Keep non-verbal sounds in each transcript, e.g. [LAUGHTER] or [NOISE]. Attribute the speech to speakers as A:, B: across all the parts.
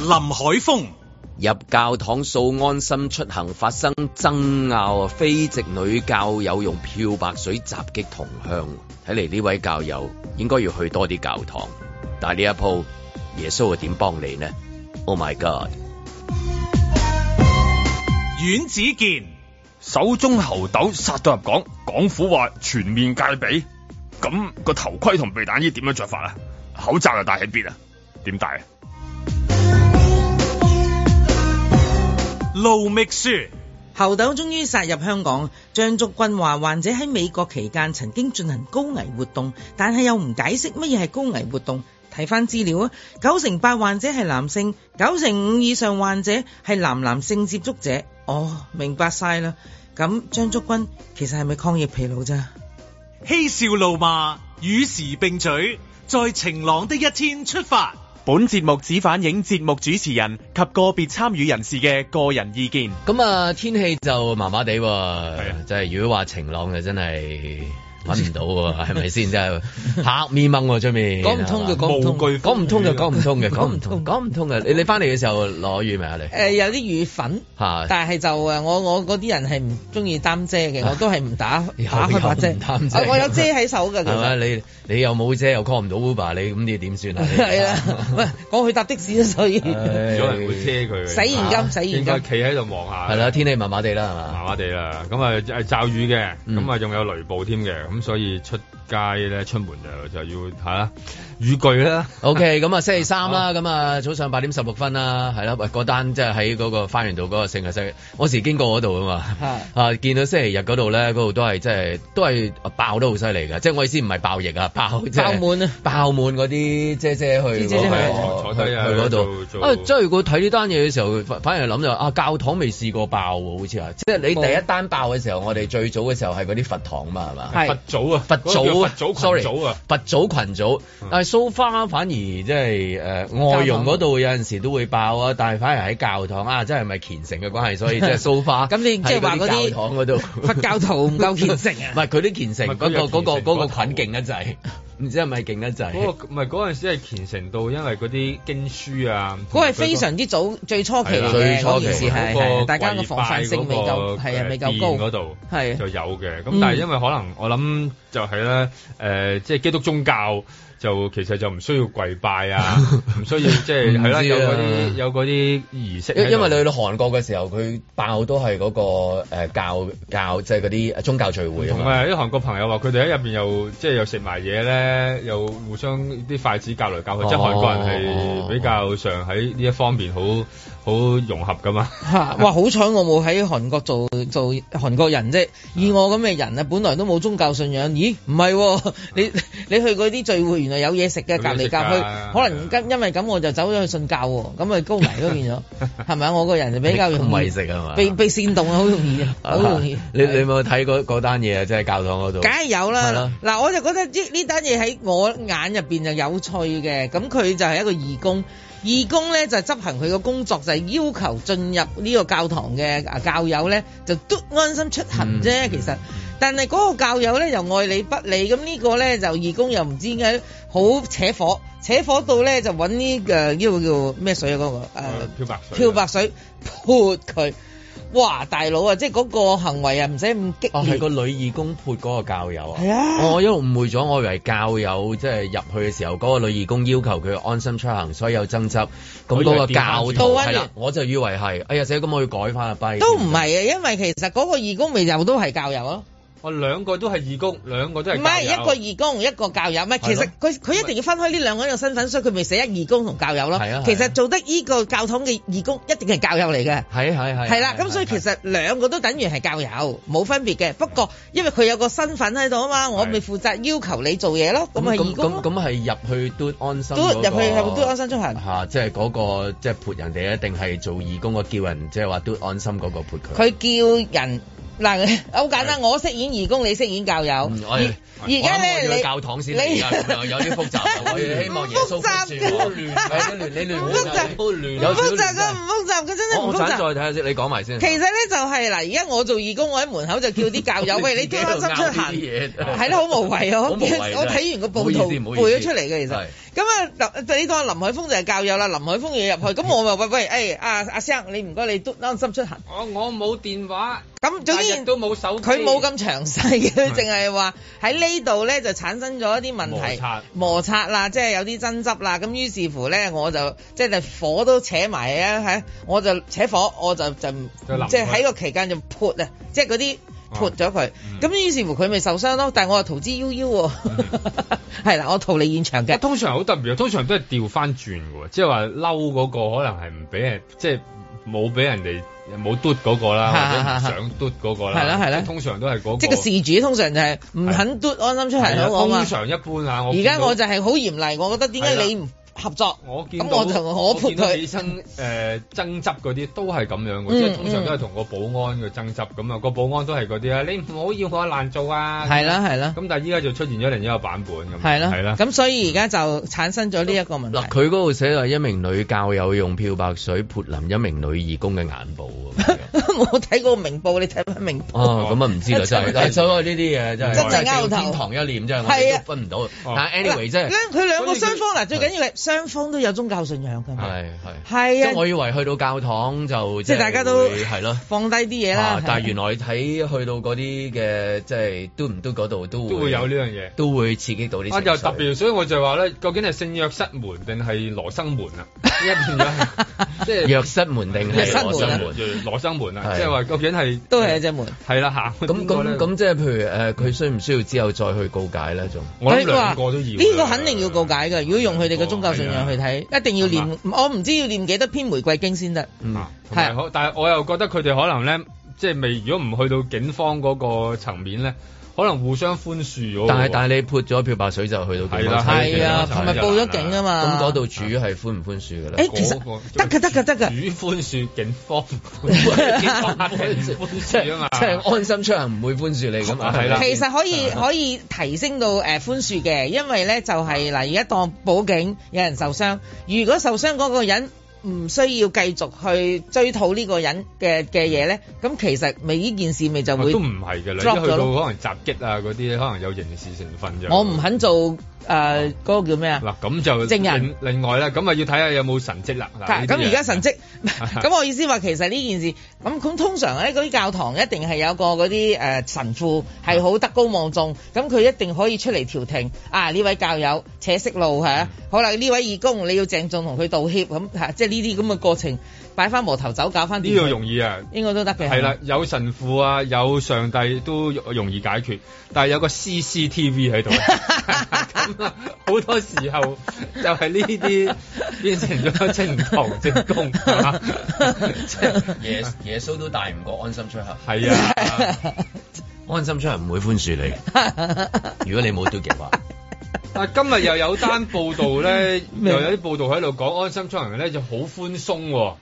A: 林海峰、
B: 入教堂訴安心出行發生爭拗啊！非籍女教友用漂白水襲擊同鄉，睇嚟呢位教友應該要去多啲教堂。但係呢一鋪，耶穌又點幫你呢？Oh my god！
A: 阮子健、
C: 手中猴豆殺到入港，啊港府話全面戒備，咁個頭盔同避彈衣點樣着法啊？口罩又戴喺邊啊？點戴啊？
A: 盧覓雪。
D: 猴痘終於殺入香港，張竹君話患者喺美國期間曾經進行高危活動，但係又唔解釋乜嘢係高危活動。睇翻資料啊，九成八患者係男性，九成五以上患者係男男性接觸者。哦，明白晒啦。咁張竹君其實係咪抗疫疲勞咋？
A: 嬉笑怒罵，與時並舉，在晴朗的一天出發。
E: 本節目只反映節目主持人及個別參與人士嘅個人意見。
B: 咁啊，天氣就麻麻地喎，就係如果話晴朗就真係揾唔到 [LAUGHS] 喎，係咪先？真係黑咪掹喎出面，
D: 講唔通嘅，講唔通，
B: 講唔通嘅，講唔通嘅，講唔通，講唔通嘅。你你翻嚟嘅時候攞雨未啊？你
D: 誒呃有啲雨粉，
B: 嚇
D: 但係就誒我我嗰啲人係唔中意擔遮嘅，我都係唔 [LAUGHS] 打
B: 有
D: 打開把遮
B: 有唔擔遮
D: 啊我有遮喺手㗎，其
B: 係咪？
D: 實
B: 你你又冇遮，又 call 唔到 Uber，你咁你點算啊？
D: [LAUGHS] 係啦，喂，我去搭的士啊，所以洗
B: 唉
F: 有人會遮佢嘅。啊
D: 現金洗
F: 應
D: 現
F: 該
D: 金。
F: 企喺度望下。
B: 係啦，天氣麻麻地啦，係嘛
F: 麻？麻地啦，咁啊係驟雨嘅，
B: 嗯
F: 咁啊仲有雷暴添嘅，咁所以出街咧出門就就要睇啦，雨具啦，
B: OK，咁啊星期三啦，咁啊早上八點十六分啦，係啦，喂嗰單即係喺嗰個花園道嗰個聖日西，我時經過嗰度啊嘛，啊見到星期日嗰度咧，嗰度都係即係都係爆得好犀利嘅，即係我意思唔係爆疫啊，爆即係
D: [LAUGHS] 爆滿啊
B: 爆滿嗰啲姐姐去
D: 啲姐姐去
F: 坐坐
B: 嗰個去
F: 低啊
B: 去嗰
F: 做
B: 度
F: 做
B: 啊，即係如果睇呢單嘢嘅時候，反反而諗就啊教堂未試過爆喎，好似係，即係你第一單爆嘅時候，我哋最早嘅時候係嗰啲佛堂啊嘛，係嘛？
D: 係
F: 佛祖啊，
B: 佛
F: 嗰個叫
B: 祖啊
F: 佛祖
B: ，sorry，
F: 群組啊，嗯
B: 佛祖群組，但係 so far 反而即係誒呃外傭嗰度有陣時都會爆啊，但係反而喺教堂啊，真係咪虔誠嘅關係，所以即 [LAUGHS] 係 so far
D: 咁你即係話嗰
B: 喺
D: 啲
B: 教堂嗰 [LAUGHS] 度，
D: 佛教徒唔夠虔誠
F: [LAUGHS]
B: 唔係
D: 啊！
B: 佢啲虔誠
F: 唔係
B: 嗰
F: 佢有
B: 個嗰個
F: 虔誠
B: 嗰個
F: 嗰頭
B: 菌勁得滯，唔知係咪勁得
F: 嗰
B: 滯？
F: 個唔係嗰陣時係虔誠到，因為嗰啲經書啊，
D: 嗰個係非常之早最初期
F: 係
D: 嚟
F: 啦
D: 嘅
B: 最初
D: 嗰
B: 期
D: 件事係啊
F: 嗰個
D: 係，大家個防範性未
F: 跪
D: 夠
F: 拜嗰個
D: 係啊，未夠
F: 殿嗰
D: 高
F: 度。
D: 係
F: 就有嘅，咁
D: 嗯
F: 但係因為可能我諗就係咧，誒、即係基督宗教就其實就唔需要跪拜
D: [LAUGHS]
F: 啊，唔需要即係係啦，
B: 唔知
F: 有
B: 啊
F: 嗰啲有嗰啲儀式喺度，
B: 因因為
D: 啊
B: 你去到韓國嘅時候，佢爆都係嗰個誒教教即係嗰啲宗教聚會啊
F: 同
B: 嘛。
F: 埋啲韓國朋友話佢哋喺入邊又即係又食埋嘢咧，又互相啲筷子夾嚟夾去，即係韓國
D: 哦
F: 人係比較上喺呢一方面好好融合噶嘛。
D: 嚇！ [LAUGHS] 哇！好彩我冇喺韓國做做韓國人啫，以我咁嘅人啊，本來都冇宗教信仰。咦？唔係喎，你你去嗰啲聚會，原來有嘢食嘅，
F: 有嘢食
D: 夾嚟夾
F: 㗎
D: 去，可
B: 啊
D: 能因因為咁我就走咗去信教喎，咁咪高危
B: [LAUGHS]
D: 咯變咗，係咪啊？我個人就比較容
B: 唔
D: 易
B: 係食啊嘛。
D: 被被煽動啊，好容易啊，好容易。
B: [LAUGHS] 你你有冇睇嗰嗰單嘢啊？即係教堂嗰度。
D: 梗係有
B: 係
D: 啦
B: 啦。
D: 嗱，我就覺得呢呢單嘢喺我眼入邊就有趣嘅。咁佢就係一個義工，義工咧就執行佢個工作，就係、要求進入呢個教堂嘅啊教友咧就嘟安心出行啫。
B: 嗯
D: 其實，但係嗰個教友咧又愛理不理，咁呢個咧就義工又唔知點解好扯火，扯火到咧就揾呢、個呢個叫咩水啊嗰、個、呃
F: 漂白水，啊
D: 漂白水潑佢。哇，大佬啊，即係嗰個行為啊，唔使咁激
B: 哦，
D: 烈
B: 係。個女義工潑嗰個教友啊！
D: 係啊
B: 我一路誤會咗，我以為教友即係入去嘅時候，嗰、個女義工要求佢安心出行，所以有爭執。咁嗰個教徒
D: 我以為調翻轉
B: 係啦，我就以為係，哎呀死，咁我要改翻啊跛。
D: 都唔係啊，因為其實嗰個義工咪又都係教友咯，
F: 我哦兩個都係義工，兩個都係
D: 唔係
F: 教友
D: 一個義工一個教友，唔係
B: 係
D: 其
B: 咯
D: 實佢佢一定要分開呢兩個人嘅身份，所以佢咪寫一義工同教友咯
B: 係啊係啊。
D: 其實做得呢個教堂嘅義工一定係教友嚟嘅。
B: 係係啊係
D: 係啦，咁所以其實兩個都等於係教友，冇分別嘅。不過因為佢有個身份喺度啊嘛，我咪負責要求你做嘢咯，咁咪義工
B: 咁
D: 咯，
B: 咁係入去都安心、
D: 都
B: 嗰
D: 入
B: 個
D: 去係都安心出行。
B: 嚇，即係嗰個即係潑人哋，一定係做義工個叫人，即係話都安心嗰個潑佢。
D: 佢叫人嗱， [LAUGHS] 好簡單，我飾演義工，你飾演教友。
B: 嗯我
D: 而而家
B: 我諗我要
D: 咧，
B: 去
D: 你
B: 教堂先嚟㗎咁樣啊有啲複
D: [LAUGHS]
B: 雜我希望耶穌寬恕我
D: 唔
B: 亂
D: 複
B: 係
D: 雜㗎
B: 啊你亂你亂
D: 唔複雜
B: 有亂有
D: 唔
B: 少
D: 複
B: 亂
D: 雜
B: 真
D: 噶，
B: 係
D: 唔複雜噶，真係
B: 我
D: 唔
B: 我
D: 複
B: 想
D: 雜。
B: 再睇下先，你講埋先。
D: 其實咧就係、嗱，而家我做義工，我喺門口就叫啲教友，喂，
B: [LAUGHS]
D: 你都安心出行，係啦，好無謂啊！
B: 好
D: 我
B: 無謂真係
D: 我睇完個報道
B: 唔好意思唔好意思
D: 背咗出嚟嘅，其實
B: 係
D: 咁啊，林你當林海峰就係教友啦，林海峰要入去，
G: 嗯
D: 咁我咪喂喂，誒阿阿生，你唔該你都安心出行。
G: 我我冇電話，
D: 咁總
G: 但亦
D: 之
G: 都冇手機，
D: 佢冇咁詳細嘅，佢淨係話喺呢度咧就產生咗一啲
G: [LAUGHS]
D: 問題
F: 摩擦
D: 摩擦啦，即係有啲爭執啦。咁於是乎咧，我就即係火都扯埋啊，係我就扯火，我就就
F: 就淋佢
D: 即係喺個期間就潑啊，即係嗰啲。
G: 哦
D: 潑咗佢，
G: 嗯
D: 咁於是乎佢咪受傷咯，但係我又逃之夭
G: [LAUGHS]
D: 夭喎，係啦，我逃離現場嘅，
F: 通常好特別，通常都係調翻轉嘅喎，即係話嬲嗰個可能係唔俾人，即係冇俾人哋冇嘟嗰個啦，或者唔想嘟嗰個啦，
D: 係啦係啦
F: 通常都係嗰個。啊
D: 即係個事主通常就係唔肯嘟安心出行嗰個嘛
F: 通。常一般啊，我
D: 而家我
F: 見
D: 就係好嚴厲，我覺得點
F: 係啦
D: 解你唔合作？
F: 到我見
D: 咁
F: 到
D: 我就我
F: 見
D: 潑
F: 到起
D: 佢。
F: 身誒爭執嗰啲都係咁樣嘅，
D: 嗯
F: 即係通常都係同個保安嘅爭執咁啊，個保安都係嗰啲啊，你唔好要我難做啊，
D: 係啦係啦
F: 咁但係依家就出現咗另一個版本咁，
D: 係啦
F: 係啦，
D: 咁所以而家就產生咗呢一個問
B: 嗱，
D: 題。
B: 佢嗰度寫話一名女教友用漂白水潑淋一名女義工嘅眼部咁樣
D: [LAUGHS] 我睇過明報，你睇翻明報。
B: 哦，咁啊唔知 [LAUGHS] 啦，真係，
D: 真係
B: 但係所啊以呢啲嘢真係
D: 真係拗頭
B: 天堂一念真係，我
D: 係
B: 哋
D: 啊
B: 都分唔到。但係 anyway 真係
D: 咧佢兩個雙方嗱，最緊要係雙方都有宗教信仰㗎嘛。
B: 係係，即
D: 嗯係
B: 係
D: 啊，
B: 我以為去到教堂就
D: 即係大家都
B: 會係咯。
D: 放低啲嘢啦
B: 啊。但係原來睇去到嗰啲嘅，即係都唔都嗰度都
F: 都會有呢樣嘢。
B: 都會刺激到啲
F: 啊，
B: 情
F: 又
B: 緒
F: 特別，所以我就話咧，究竟係聖約室門定係羅生門
D: [LAUGHS]
F: 啊？一變咗係即係
B: 藥室門定
D: 藥
B: 係
D: 室
B: 羅
D: 門
F: 生
B: 生
D: 啊
B: 門。
F: 門，羅生門啊，
B: 係
F: 即係話究竟係嗯
D: 都係一隻門。
F: 係啦行去
B: 咁
F: 邊個咧
B: 咁咁，即係譬如誒，佢需唔需要之後再去告解咧？仲
F: 我諗
D: 佢話
F: 兩個都要㗎啊哦
D: 呢個肯定要告解㗎。如果用佢哋嘅宗教信仰去睇，一定要念。我唔知要念幾多篇玫瑰經先得。
B: 嗯
F: 啊，同埋好，但係我又覺得佢哋可能咧，即係未如果唔去到警方嗰個層面咧，可能互相寬恕嗰個。
B: 但係但係你潑咗漂白水就去到警
F: 哦係啦
B: 方
F: 係
D: 係啊，
F: 就係
D: 琴日報咗警啊嘛。
B: 咁嗰度主係寬唔寬恕嘅咧？
D: 誒，其實
F: 嗰個
D: 得㗎，得㗎，得㗎。
F: 主寬恕警
D: [LAUGHS]
F: 方，
B: [LAUGHS]
F: 警方寬
B: 即
F: 恕啊
B: 係
F: 嘛，
B: 即係安心出行唔會寬恕你咁啊嘛，
F: 係啦
D: 其實可以可以提升到誒、呃、寬恕嘅，因為咧就係、嗱，而家當報警有人受傷，如果受傷嗰個人唔需要繼續去追討呢個人嘅嘅嘢咧，咁其實咪呢件事咪就會
F: 啊都唔係㗎啦，
D: drop
F: 一去
D: 咗
F: 到
D: 咯
F: 可能襲擊啊嗰啲，可能有刑事成分嘅。
D: 我唔肯做誒嗰、個叫咩啊？
F: 嗱，咁就
D: 證人
F: 另另外咧，咁啊要睇下有冇神蹟啦。嗱
D: 啊
F: 啊
D: 咁而家神
F: 蹟
D: 蹟，
F: 啊 [LAUGHS]
D: [LAUGHS] 咁我意思話其實呢件事，咁咁通常咧嗰啲教堂一定係有個嗰啲誒神父係好德高望重，咁佢一定可以出嚟調停。啊呢位教友扯色路係啊，
F: 嗯
D: 好啦呢位義工你要鄭重同佢道歉咁嚇，即係呢啲咁嘅過程擺翻磨頭酒搞翻
F: 呢
D: 掂佢，
F: 樣容易啊，
D: 應該都得嘅。
F: 係啦，有神父啊，有上帝都容易解決，但係有個 CCTV
D: [LAUGHS]
F: 喺度，咁啊好多時候就係呢啲 [LAUGHS] 變成咗正堂正宮，係
D: [LAUGHS]
F: 嘛？即係 [LAUGHS]
B: 耶耶穌都大唔過安心出行，
F: 係啊。
B: 安心出行唔會寬恕你，
D: [LAUGHS] 係
B: 如果你冇嘟嘅話。
F: 啊，今日又有單報道咧，
D: 咩
F: 又有啲報道喺度講安心出行咧就好寬鬆喎、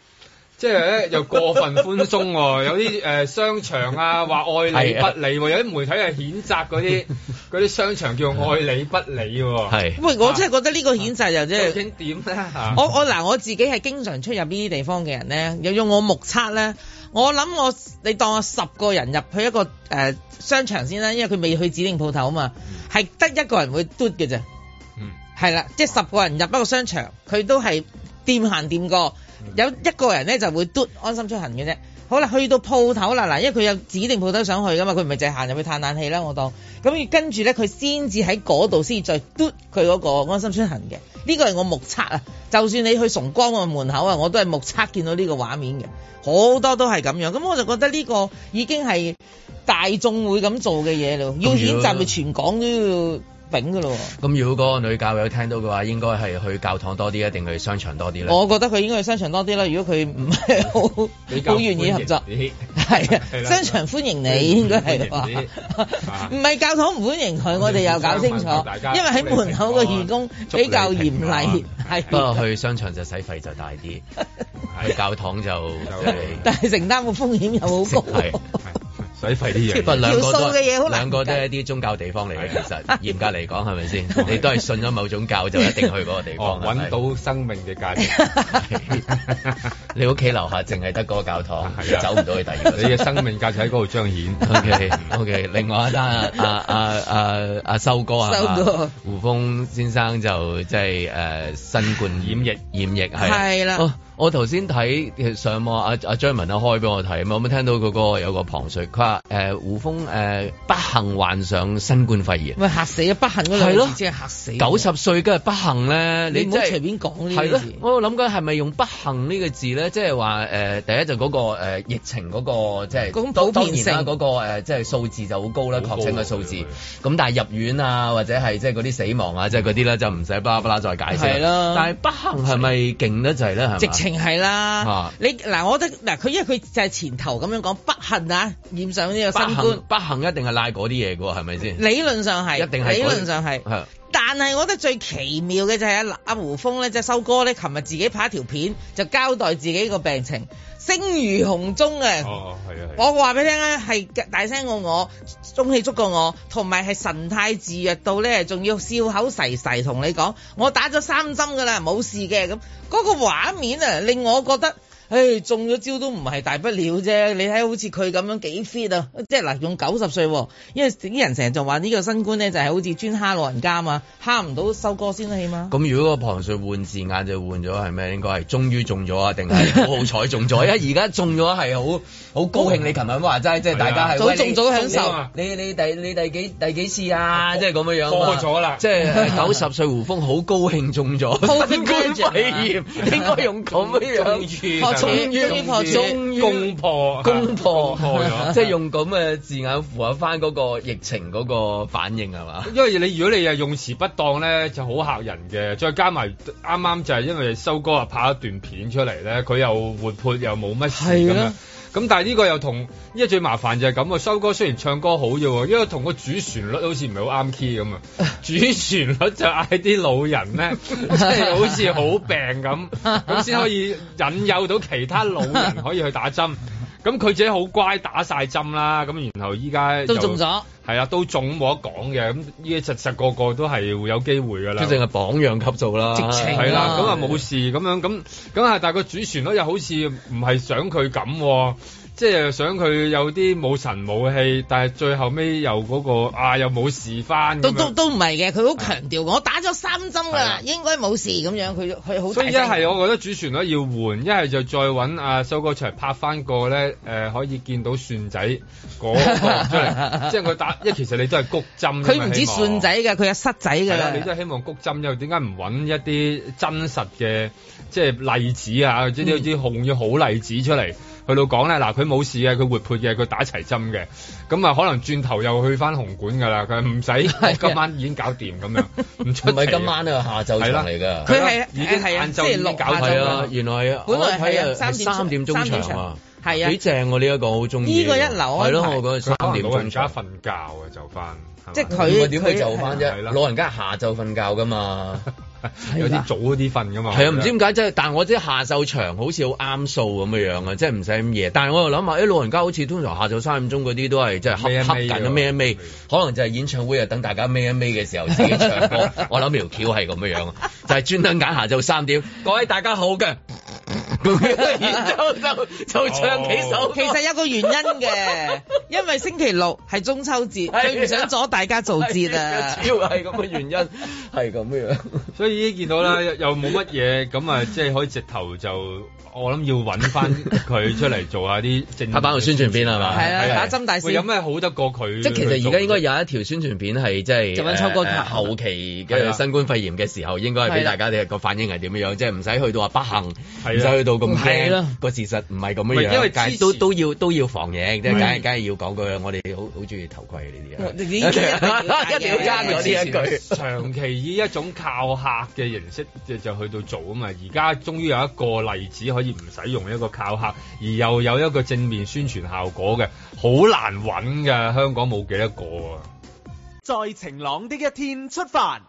F: 即係咧又過分寬鬆喎、有啲誒、呃商場啊話愛理不理喎、有啲媒體係譴責嗰啲嗰啲商場叫愛理不理喎、
B: 係
D: 喂，我
F: 啊
D: 真係覺得呢個譴責又真係
F: 究。竟點咧嚇？
D: 我我嗱我自己係經常出入呢啲地方嘅人咧，又用我目測咧，我諗我你當我十個人入去一個誒、呃商場先啦，因為佢未去指定鋪頭啊嘛，係得、一個人會嘟嘅啫，
F: 嗯
D: 係啦，即係十個人入一個商場，佢都係掂行掂過，有一個人咧就會嘟安心出行嘅啫。好啦，去到鋪頭啦，嗱，因為佢有指定鋪頭想去噶嘛，佢唔係淨係行入去嘆冷氣啦，我當。咁跟住咧，佢先至喺嗰度先再嘟佢嗰個安心出行嘅。呢個係我目測啊，就算你去崇光嘅門口啊，我都係目測見到呢個畫面嘅，好多都係咁樣。咁我就覺得呢個已經係大眾會咁做嘅嘢咯，要
B: 咁如
D: 譴
B: 果
D: 責咪全港都要丙噶咯。
B: 咁如果嗰個女教友聽到嘅話，應該係去教堂多啲，一啊定去商場多啲咧。
D: 我覺得佢應該去商場多啲啦。如果佢唔係好
F: 比較
D: 好願意合作
F: 歡，迎啲
B: [LAUGHS]
D: 係啊，
F: 係啦
D: 商場歡迎你應該係話
F: 歡迎啲，
B: 啊
D: [LAUGHS] 唔係教堂唔歡迎佢，我哋又搞清楚
F: 大家，
D: 因為喺門口個義工比較嚴厲，
B: 不過
D: 係，
B: 去商場就使費就大啲，去教堂就
F: 就
B: 即係
D: [LAUGHS] 但係承擔嘅風險又好高。
B: 係
F: 係使費啲
B: 不
F: 嘢
B: 過。兩個
D: 條數嘅嘢
B: 都
D: 好難
B: 兩個都係一啲宗教地方嚟嘅，其
D: [LAUGHS]
B: 實嚴格嚟講係咪先？你都係信咗某種教就一定去嗰個地
F: 哦
B: 方，，係咪
F: 揾
B: [LAUGHS]
F: 到生命嘅價值，
B: 你屋企樓下淨係得嗰個教堂，
F: 係啊
B: 走唔到去第二個。
F: 你嘅
B: [LAUGHS]
F: 生命價值喺嗰度彰顯。
B: OK OK，另外一單啊啊啊啊啊修哥啊，
D: 修哥
B: 胡峰先生就即係誒新冠
F: 染疫
B: 染疫係
H: 係啦
B: 哦我頭先睇上網阿阿張文啊開俾我睇，咁有冇聽到嗰個有個旁述，佢話誒胡峰誒不幸患上新冠肺炎，
D: 喂嚇死啊！不幸
B: 係
D: 嗰兩
B: 咯
D: 個字真係嚇死。
B: 九十歲梗係不幸咧，
D: 你唔好
B: 真係
D: 隨便講呢
B: 係
D: 啲
B: 咯
D: 字，。
B: 我諗緊係咪用不幸呢個字咧？即係話誒，第一就嗰、個、呃、疫情嗰、個即係
D: 嗰種
B: 當
D: 普遍性
B: 當然啦嗰、個、呃、即係數字就好高啦，
F: 好高
B: 確診嘅數字。
F: 係
B: 咁但係入院啊，或者係即係嗰啲死亡啊，即係嗰啲咧就唔使巴拉巴拉再解釋。
D: 係啦
B: 但係不幸係咪勁得滯咧？係嘛
D: 直情係啦
B: 啊，
D: 你嗱，我覺得嗱，佢因為佢就係前頭咁樣講，不幸啊，染上呢個
B: 不
D: 新冠
B: 幸，，不幸一定係賴嗰啲嘢嘅喎，係咪先？
D: 理論上 [LAUGHS] 係，
B: 一定係嗰
D: 理論上係。
B: 係
D: 但係我覺得最奇妙嘅就係阿阿胡峰咧，即係修哥咧，琴日自己拍一條片就交代自己個病情，聲如洪鐘啊！
F: 哦，係啊，係啊。
D: 我話俾你聽咧，係大聲過我，中氣足過我，同埋係神態自若到咧，仲要笑口噬噬同你講，我打咗三針噶啦，冇事嘅咁。嗰、個畫面啊，令我覺得。唉，中咗招都唔係大不了啫，你睇好似佢咁樣幾 fit 啊！即係嗱，用九十歲喎，因為啲人成日就話呢個新冠咧就係好似專蝦老人家嘛，蝦唔到收歌先啦，起碼。
B: 咁如果個旁述換字眼就換咗係咩？應該係終於中咗啊，定係好好彩中咗？因為而家中咗係好好高興。你琴日話齋，即係大家係
D: 早
B: 喂
D: 中
B: 你
D: 早享受
B: 中咗啊你你第你第幾第幾次啊？即係咁樣樣嘛
F: 過咗啦
B: 即係九十歲胡風好高興中咗
D: Covid
B: 新冠肺炎，應該用咁樣
F: 於
B: 樣。終
D: 破終
B: 於
D: 於破
B: 終
D: 終
B: 於
F: 攻破，
B: 攻
F: 攻
B: 破
F: 破咗，
B: 即係用咁嘅字眼符合翻嗰個疫情嗰個反應係
D: 啊
B: 嘛？
F: 因為你如果你係用詞不當咧，就好嚇人嘅。再加埋啱啱就係因為修哥啊拍一段片出嚟咧，佢又活潑又冇乜事咁
D: 係
F: 樣
D: 啦。
F: 咁但係呢個又同呢個最麻煩就係咁啊！修哥雖然唱歌好啫喎，因為同個主旋律好似唔係好啱 key
D: [LAUGHS]
F: 咁啊。主旋律就嗌啲老人咧，即係好似好病咁，咁先可以引誘到其他老人可以去打針。咁佢自己好乖，打晒針啦。咁然後依家
D: 都
F: 又
D: 中咗，
F: 係啊，都總冇得講嘅，咁依家實實個個都係會有機會㗎啦
B: 佢。淨係榜樣級數啦，
D: 直情
F: 係啦，
D: 啊
F: 咁啊冇事咁樣，咁咁啊，但係個主旋律又好似唔係想佢咁喎，即係想佢有啲冇神冇氣，但係最後尾又嗰、個啊又冇事翻咁
D: 都都
F: 樣。
D: 都唔係嘅，佢好強調我打咗三針噶
F: 係啦
D: 啦，應該冇事咁樣，佢佢好
F: 所以
D: 大
F: 一
D: 聲啊
F: 係我覺得主旋律要換，一係就再啊揾阿修哥出嚟拍翻個咧誒、可以見到蒜仔嗰個出嚟，
D: [LAUGHS]
F: 即係佢打，因為其實你都係谷針㗎嘛。
D: 佢唔止
F: 希望
D: 蒜仔㗎，佢有塞仔
F: 係
D: 㗎
F: 啦，
D: 啦
F: 你。都係希望谷針，又點解唔揾一啲真實嘅即係例子啊？即係啲紅咗好例子出嚟，去到講咧，嗱佢冇事嘅，佢活潑嘅，佢打齊針嘅，咁啊可能轉頭又去翻紅館㗎啦，佢唔使我今晚已經搞掂咁樣，唔出
B: 唔
F: 奇
B: 係今晚啊，下晝場嚟㗎。
D: 佢係
F: 已經
D: 係啊
F: 晏晝
D: 星期
F: 已經
D: 六
F: 搞
D: 下晝
B: 係
D: 㗎
B: 啊
D: 嘛，
B: 原來啊，
D: 本來
B: 我睇
D: 係啊三點
B: 三點
D: 三
B: 鐘場啊，
D: 點場係啊
B: 幾正喎呢一個我好中意。
D: 呢個一流啊
B: 係
D: 安排
B: 咯，我覺
F: 佢
B: 得三
F: 可能
B: 點
F: 老人
B: 鐘
F: 家
B: 場。
F: 瞓覺啊，就翻
D: 即係佢
B: 佢點會就翻
F: 係
B: 啫？
F: 啦
B: 老人家下晝瞓覺㗎嘛。
F: [LAUGHS] 有啲早啲瞓㗎嘛，
B: 係啊，唔知點解即係，但我知下晝場好似好啱數咁嘅樣啊，即係唔使咁夜。但係我又諗下，誒老人家好似通常下晝三點鐘嗰啲都係即係
F: 孭一
B: 瞌瞌緊啊，
F: 孭
B: 咩一咩，可能就係演唱會啊，等大家咩一咩嘅時候自己唱歌。我諗條橋係咁嘅樣，啊 [LAUGHS] 就係專登揀下晝三點，各位大家好 [LAUGHS] 嘅，然之後就就唱幾首歌。
D: 其實有個原因嘅， [LAUGHS] 因為星期六係中秋節，
B: 係啊
D: 佢唔想阻大家做
B: [LAUGHS]
D: 節啊。
B: 主要係咁嘅原因，係咁嘅樣。
F: 所以已經見到
B: 嗯
F: 啦，又又冇乜嘢，咁啊，即係可以直頭就，我諗要揾
B: [LAUGHS]
F: 翻佢出嚟做下啲政
B: [LAUGHS] 拍版號宣傳片係嘛
D: 係啊打針大使
F: 喂有咩好得過佢？
B: 即係其實而家應該有一條宣傳片係即係
D: 就揾秋哥啊
B: 呃呃後期
F: 啊
B: 嘅新冠肺炎嘅時候，應該係俾大家嘅個反應係點樣樣，即係唔使去到話不幸，
F: 係啊
B: 唔使去到咁
D: 係
B: 驚
D: 咯，
B: 個事實唔係咁
F: 唔
B: 樣
F: 係
B: 樣，
F: 因為
B: 梗係
F: 之前
B: 都都要都要防疫，
D: 嗯
B: 即係梗係梗係要講句，我哋好好中意頭盔啊呢
D: 你
B: 啲
D: 一定要戴
B: 啊，
D: 嘅
B: 一定要加咗呢一句。
F: 長期以一種靠客嘅形式就就去到做啊嘛，而家終於有一個例子可以唔使用一個靠客，而又有一個正面宣傳效果嘅，好難揾㗎，香港冇幾多個啊。
E: 在晴朗的一天出發。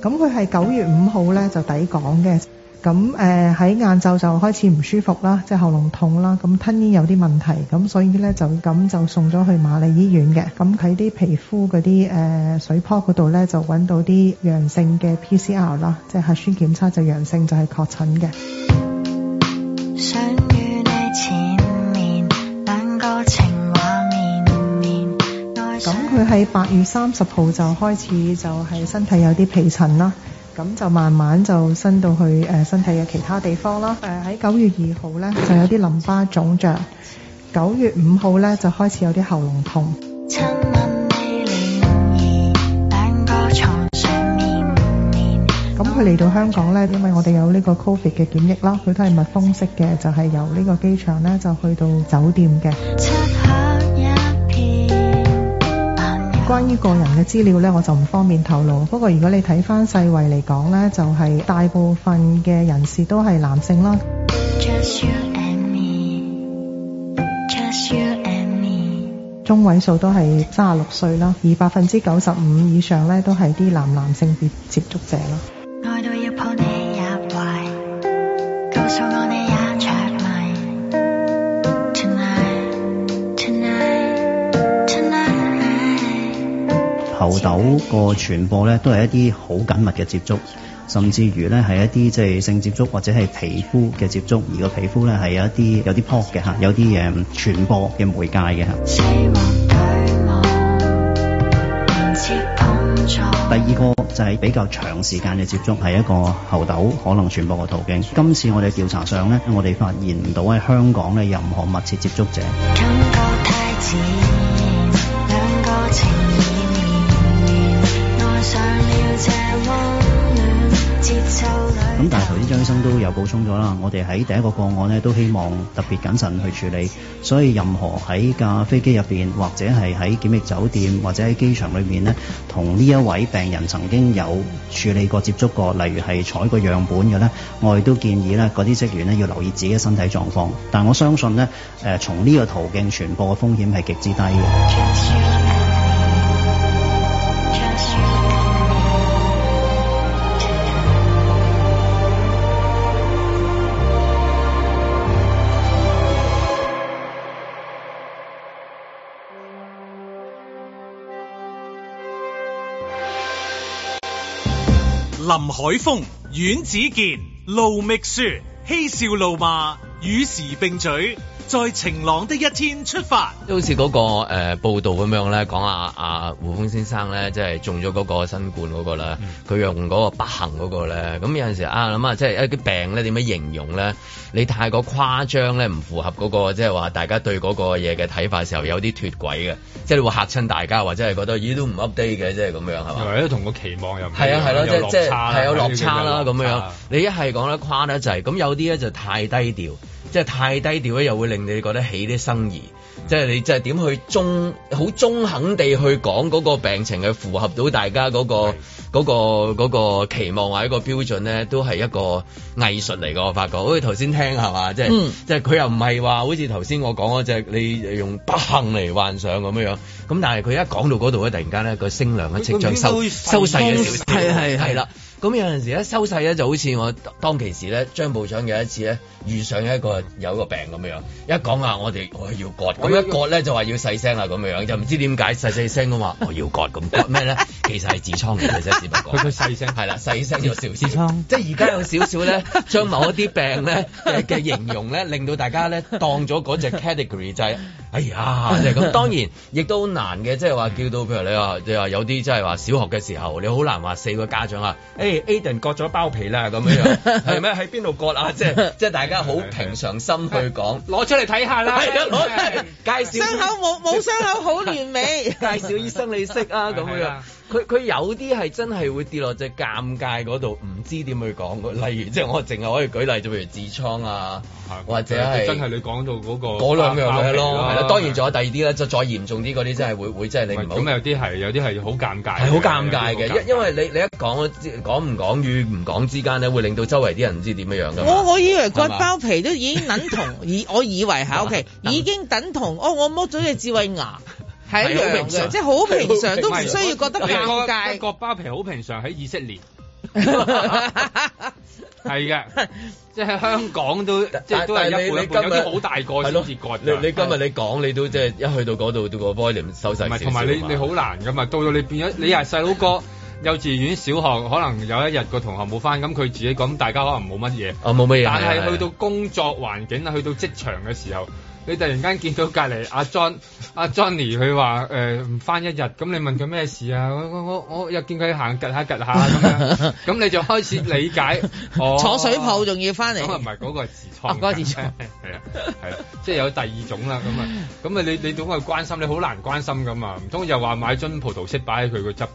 I: 咁佢係九月五號咧就抵港嘅。咁誒喺晏晝就開始唔舒服啦，即係喉嚨痛啦，咁吞咽有啲問題，咁所以咧就咁就送咗去瑪麗醫院嘅。咁喺啲皮膚嗰啲誒水泡嗰度咧就揾到啲陽性嘅 PCR 啦，即係核酸檢測就陽性就係確診嘅。
J: 想與你纏綿，兩個情話綿綿，愛
I: 咁
J: 上
I: 佢喺八月三十號就開始就係身體有啲皮疹啦，咁就慢慢就伸到去誒、呃身體嘅其他地方啦。誒喺九月二號咧就有啲淋巴腫脹，九月五號咧就開始有啲喉嚨痛。
J: 親吻你臉兒，兩個床上面面，
I: 咁佢嚟到香港咧，因為我哋有呢個 Covid 嘅檢疫啦，佢都係密封式嘅，就係、由呢個機場咧就去到酒店嘅。
J: 漆黑一片，但有
I: 關於個人嘅資料呢，我就唔方便透露。不過如果你睇翻世衞嚟講呢，就係、大部分嘅人士都係男性啦。
J: Just you and me, just you and me，
I: 中位數都係三十六歲啦，而百分之九十五以上咧都係啲男男性別接觸者啦。
J: 愛到要抱你也壞，告訴我你也着迷。Tonight, tonight, tonight，
K: 猴痘個傳播咧都係一啲好緊密嘅接觸，甚至如咧係一啲即係性接觸或者係皮膚嘅接觸，而個皮膚咧係有一啲有啲 pop 嘅嚇，有啲誒傳播嘅媒介嘅嚇。
J: 死亡對望，連接碰撞。
K: 第二個就係比較長時間嘅接觸，係一個猴痘可能傳播嘅途徑。今次我哋調查上咧，我哋發現唔到喺香港嘅任何密切接觸者。
J: 感覺太自然，兩個情意綿綿，愛上了這溫暖節奏裏。
K: 咁但係頭先張醫生都有補充咗啦，我哋喺第一個個案咧都希望特別謹慎去處理，所以任何喺架飛機入邊或者係喺檢疫酒店或者喺機場裏面咧，同呢一位病人曾經有處理過接觸過，例如係採過樣本嘅咧，我哋都建議咧嗰啲職員咧要留意自己嘅身體狀況。但我相信咧，誒、從呢個途徑傳播嘅風險係極之低嘅。
J: Just you and me, just you and me tonight.
A: 林海峰、阮子健、盧覓雪，嬉笑怒罵，與時並舉，在晴朗的一天出發。
B: 都好似嗰、個誒、呃、報道咁樣咧，講阿阿胡風先生咧，即係中咗嗰個新冠嗰個啦，佢、用嗰個不幸嗰個咧，咁有陣時啊諗下，即係一啲病咧點樣形容咧？你太過誇張咧，唔符合嗰、個即係話大家對嗰個嘢嘅睇法嘅時候，有啲脱軌嘅，即係你會嚇親大家，或者係覺得咦都唔 update 嘅，即係咁樣係嘛？
F: 或者同個期望又唔一樣
B: 係啊係咯，即
F: 有
B: 係即係
F: 落差啦
B: 係有落差啦
F: 有落
B: 咁樣
F: 差。
B: 你一係講得誇得滯，咁有啲咧就太低調，即係太低調咧又會令你覺得起啲生疑。即係你即係點去中好中肯地去講嗰個病情係符合到大家嗰、個嗰、個嗰、個期望或者個標準咧，都係一個藝術嚟㗎。我發覺好似頭先聽係嘛，即係、
H: 嗯
B: 即係佢又唔係話好似頭先我講嗰只你用不幸嚟幻想咁樣樣。咁但係佢一講到嗰度咧，突然間咧個聲量咧即將收收細咗少少，
H: 係係係
B: 係啦。咁有陣時咧收細咧就好似我當其時咧張部長有一次咧遇上一個有一個病咁樣，一講啊我哋我要割，咁一割咧就話要細聲啦咁樣，就唔知點解細細聲咁話我要割咁割咩咧？其實係痔瘡嚟嘅啫，只不過
F: 佢佢細聲
B: 係啦，細聲咗少少，即係而家有少少咧將某一啲病咧嘅嘅形容咧，令到大家咧當咗嗰隻 category 就係、哎呀，即係咁。當然亦都好難嘅，即係話叫到譬如你話你話有啲即係話小學嘅時候，你好難話四個家長啊，誒、Aden 割咗包皮啦咁樣樣，係咩？喺邊度割啊？即係即係大家好平常心去講，
F: 攞出嚟睇下 [LAUGHS] 啦，
B: 係啊，攞介紹
D: 傷口冇冇傷口好
B: [LAUGHS]
D: 亂尾。
B: 介紹醫生你識啊咁
F: 係
B: 樣
F: 啊。
B: 佢佢有啲係真係會跌落隻尷尬嗰度，唔知點去講㗎。例如即係我淨係可以舉例，就譬如痔瘡啊，或者係
F: 真係你講到嗰個
B: 嗰兩樣嘢
F: 包皮
B: 咯。
F: 啦
B: 係啦，當然仲有第二啲咧，就再嚴重啲嗰啲，真係會會真係你唔好。
F: 咁有啲係有啲係好尷尬，
B: 係好尷尬
F: 有啲好
B: 嘅，因因為你你一講講唔講與唔講之間咧，會令到周圍啲人唔知點樣樣㗎嘛。
D: 我我以為割
B: 係嘛
D: 包皮都已經等同，以我以為嚇 OK，已經等同哦，我剝咗隻智慧牙係一
B: 係好
D: 樣
B: 平常
D: 嘅，即係好平常，都唔
F: 係啊
D: 需要覺得
F: 你
D: 尷
F: 個
D: 尬。
F: 個包皮好平常喺以色列，係嘅， [LAUGHS] 即係香港都即係都係一半一半，有啲好大個先至割㗎。
B: 你你今日你講你都即係一去到嗰度，個 volume 收細
F: 唔
B: 少啊
F: 係，同埋你你好難噶嘛，到到你變咗你係細佬哥。幼稚園、小學可能有一日個同學冇翻，咁佢自己講，大家可能冇乜嘢。
B: 啊冇乜嘢
F: 但
B: 係係
F: 係去到工作環境啊，去到職場嘅時候，你突然間見到隔離阿 John、阿 Johnny，佢話誒唔翻一日，咁你問佢咩事啊？我我我我又見佢行趌下趌下咁
B: [LAUGHS]
F: 樣，咁你就開始理解。 [LAUGHS] 哦
D: [LAUGHS] 坐水泡仲要翻嚟
F: 咁啊唔係嗰個係痔瘡。
D: 哦嗰個痔
F: [LAUGHS]
D: 瘡
F: 係啊係啊，即係有第二種啦咁啊，咁啊你你點去關心？你好難關心咁啊，唔通又話買樽葡萄適擺喺佢個側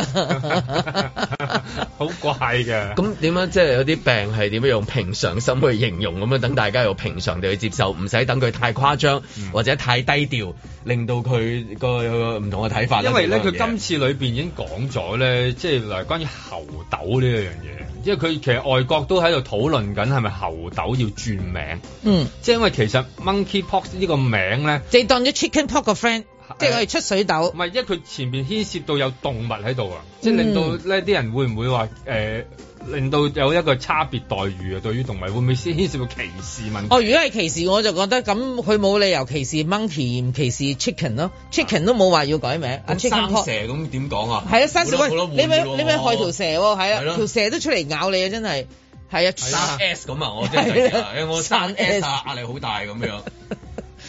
F: 邊， [LAUGHS] 好怪
D: [LAUGHS]
F: 嘅。
B: 咁點樣即係有啲病係點樣用平常心去形容咁樣，等大家用平常地去接受，唔使等佢太誇張
D: 嗯
B: 或者太低調，令到佢個個唔同嘅睇法啦。
F: 因為咧，
B: 對
F: 佢
B: 嗰樣嘢
F: 今次裏邊已經講咗咧，即係嗱，關於猴豆呢一樣嘢，因為佢其實外國都喺度討論緊係咪猴豆要轉名，
D: 嗯，
F: 即係因為其實 monkeypox 呢個名咧。
D: 即係當咗 chicken pox 個 friend，即係我哋出水豆。
F: 唔係，因為佢前面牽涉到有動物喺度啊，即係令到
D: 嗯
F: 呢啲人會唔會話誒、呃令到有一個差別待遇啊？對於動物會唔會先牽涉到歧視問題？
D: 哦，如果係歧視，我就覺得咁佢冇理由歧視 monkey 唔歧視 chicken 咯，chicken 都冇話要改名。啊
B: 咁
D: ，chicken
B: 三
D: pox
B: 蛇咁點講啊？
D: 係啊，生蛇
B: 冇
D: 喂
B: 得冇得，換
D: 你咪
B: 㗎咯
D: 你咪害條蛇喎，係
B: 係咯
D: 啊，條蛇都出嚟咬你啊，真係係啊，
B: 生 S 咁啊！我真係
D: 係
B: 因為
D: 啦
B: 我生
D: 生
B: S
D: S
B: 啊，壓力好大咁樣。
F: 啊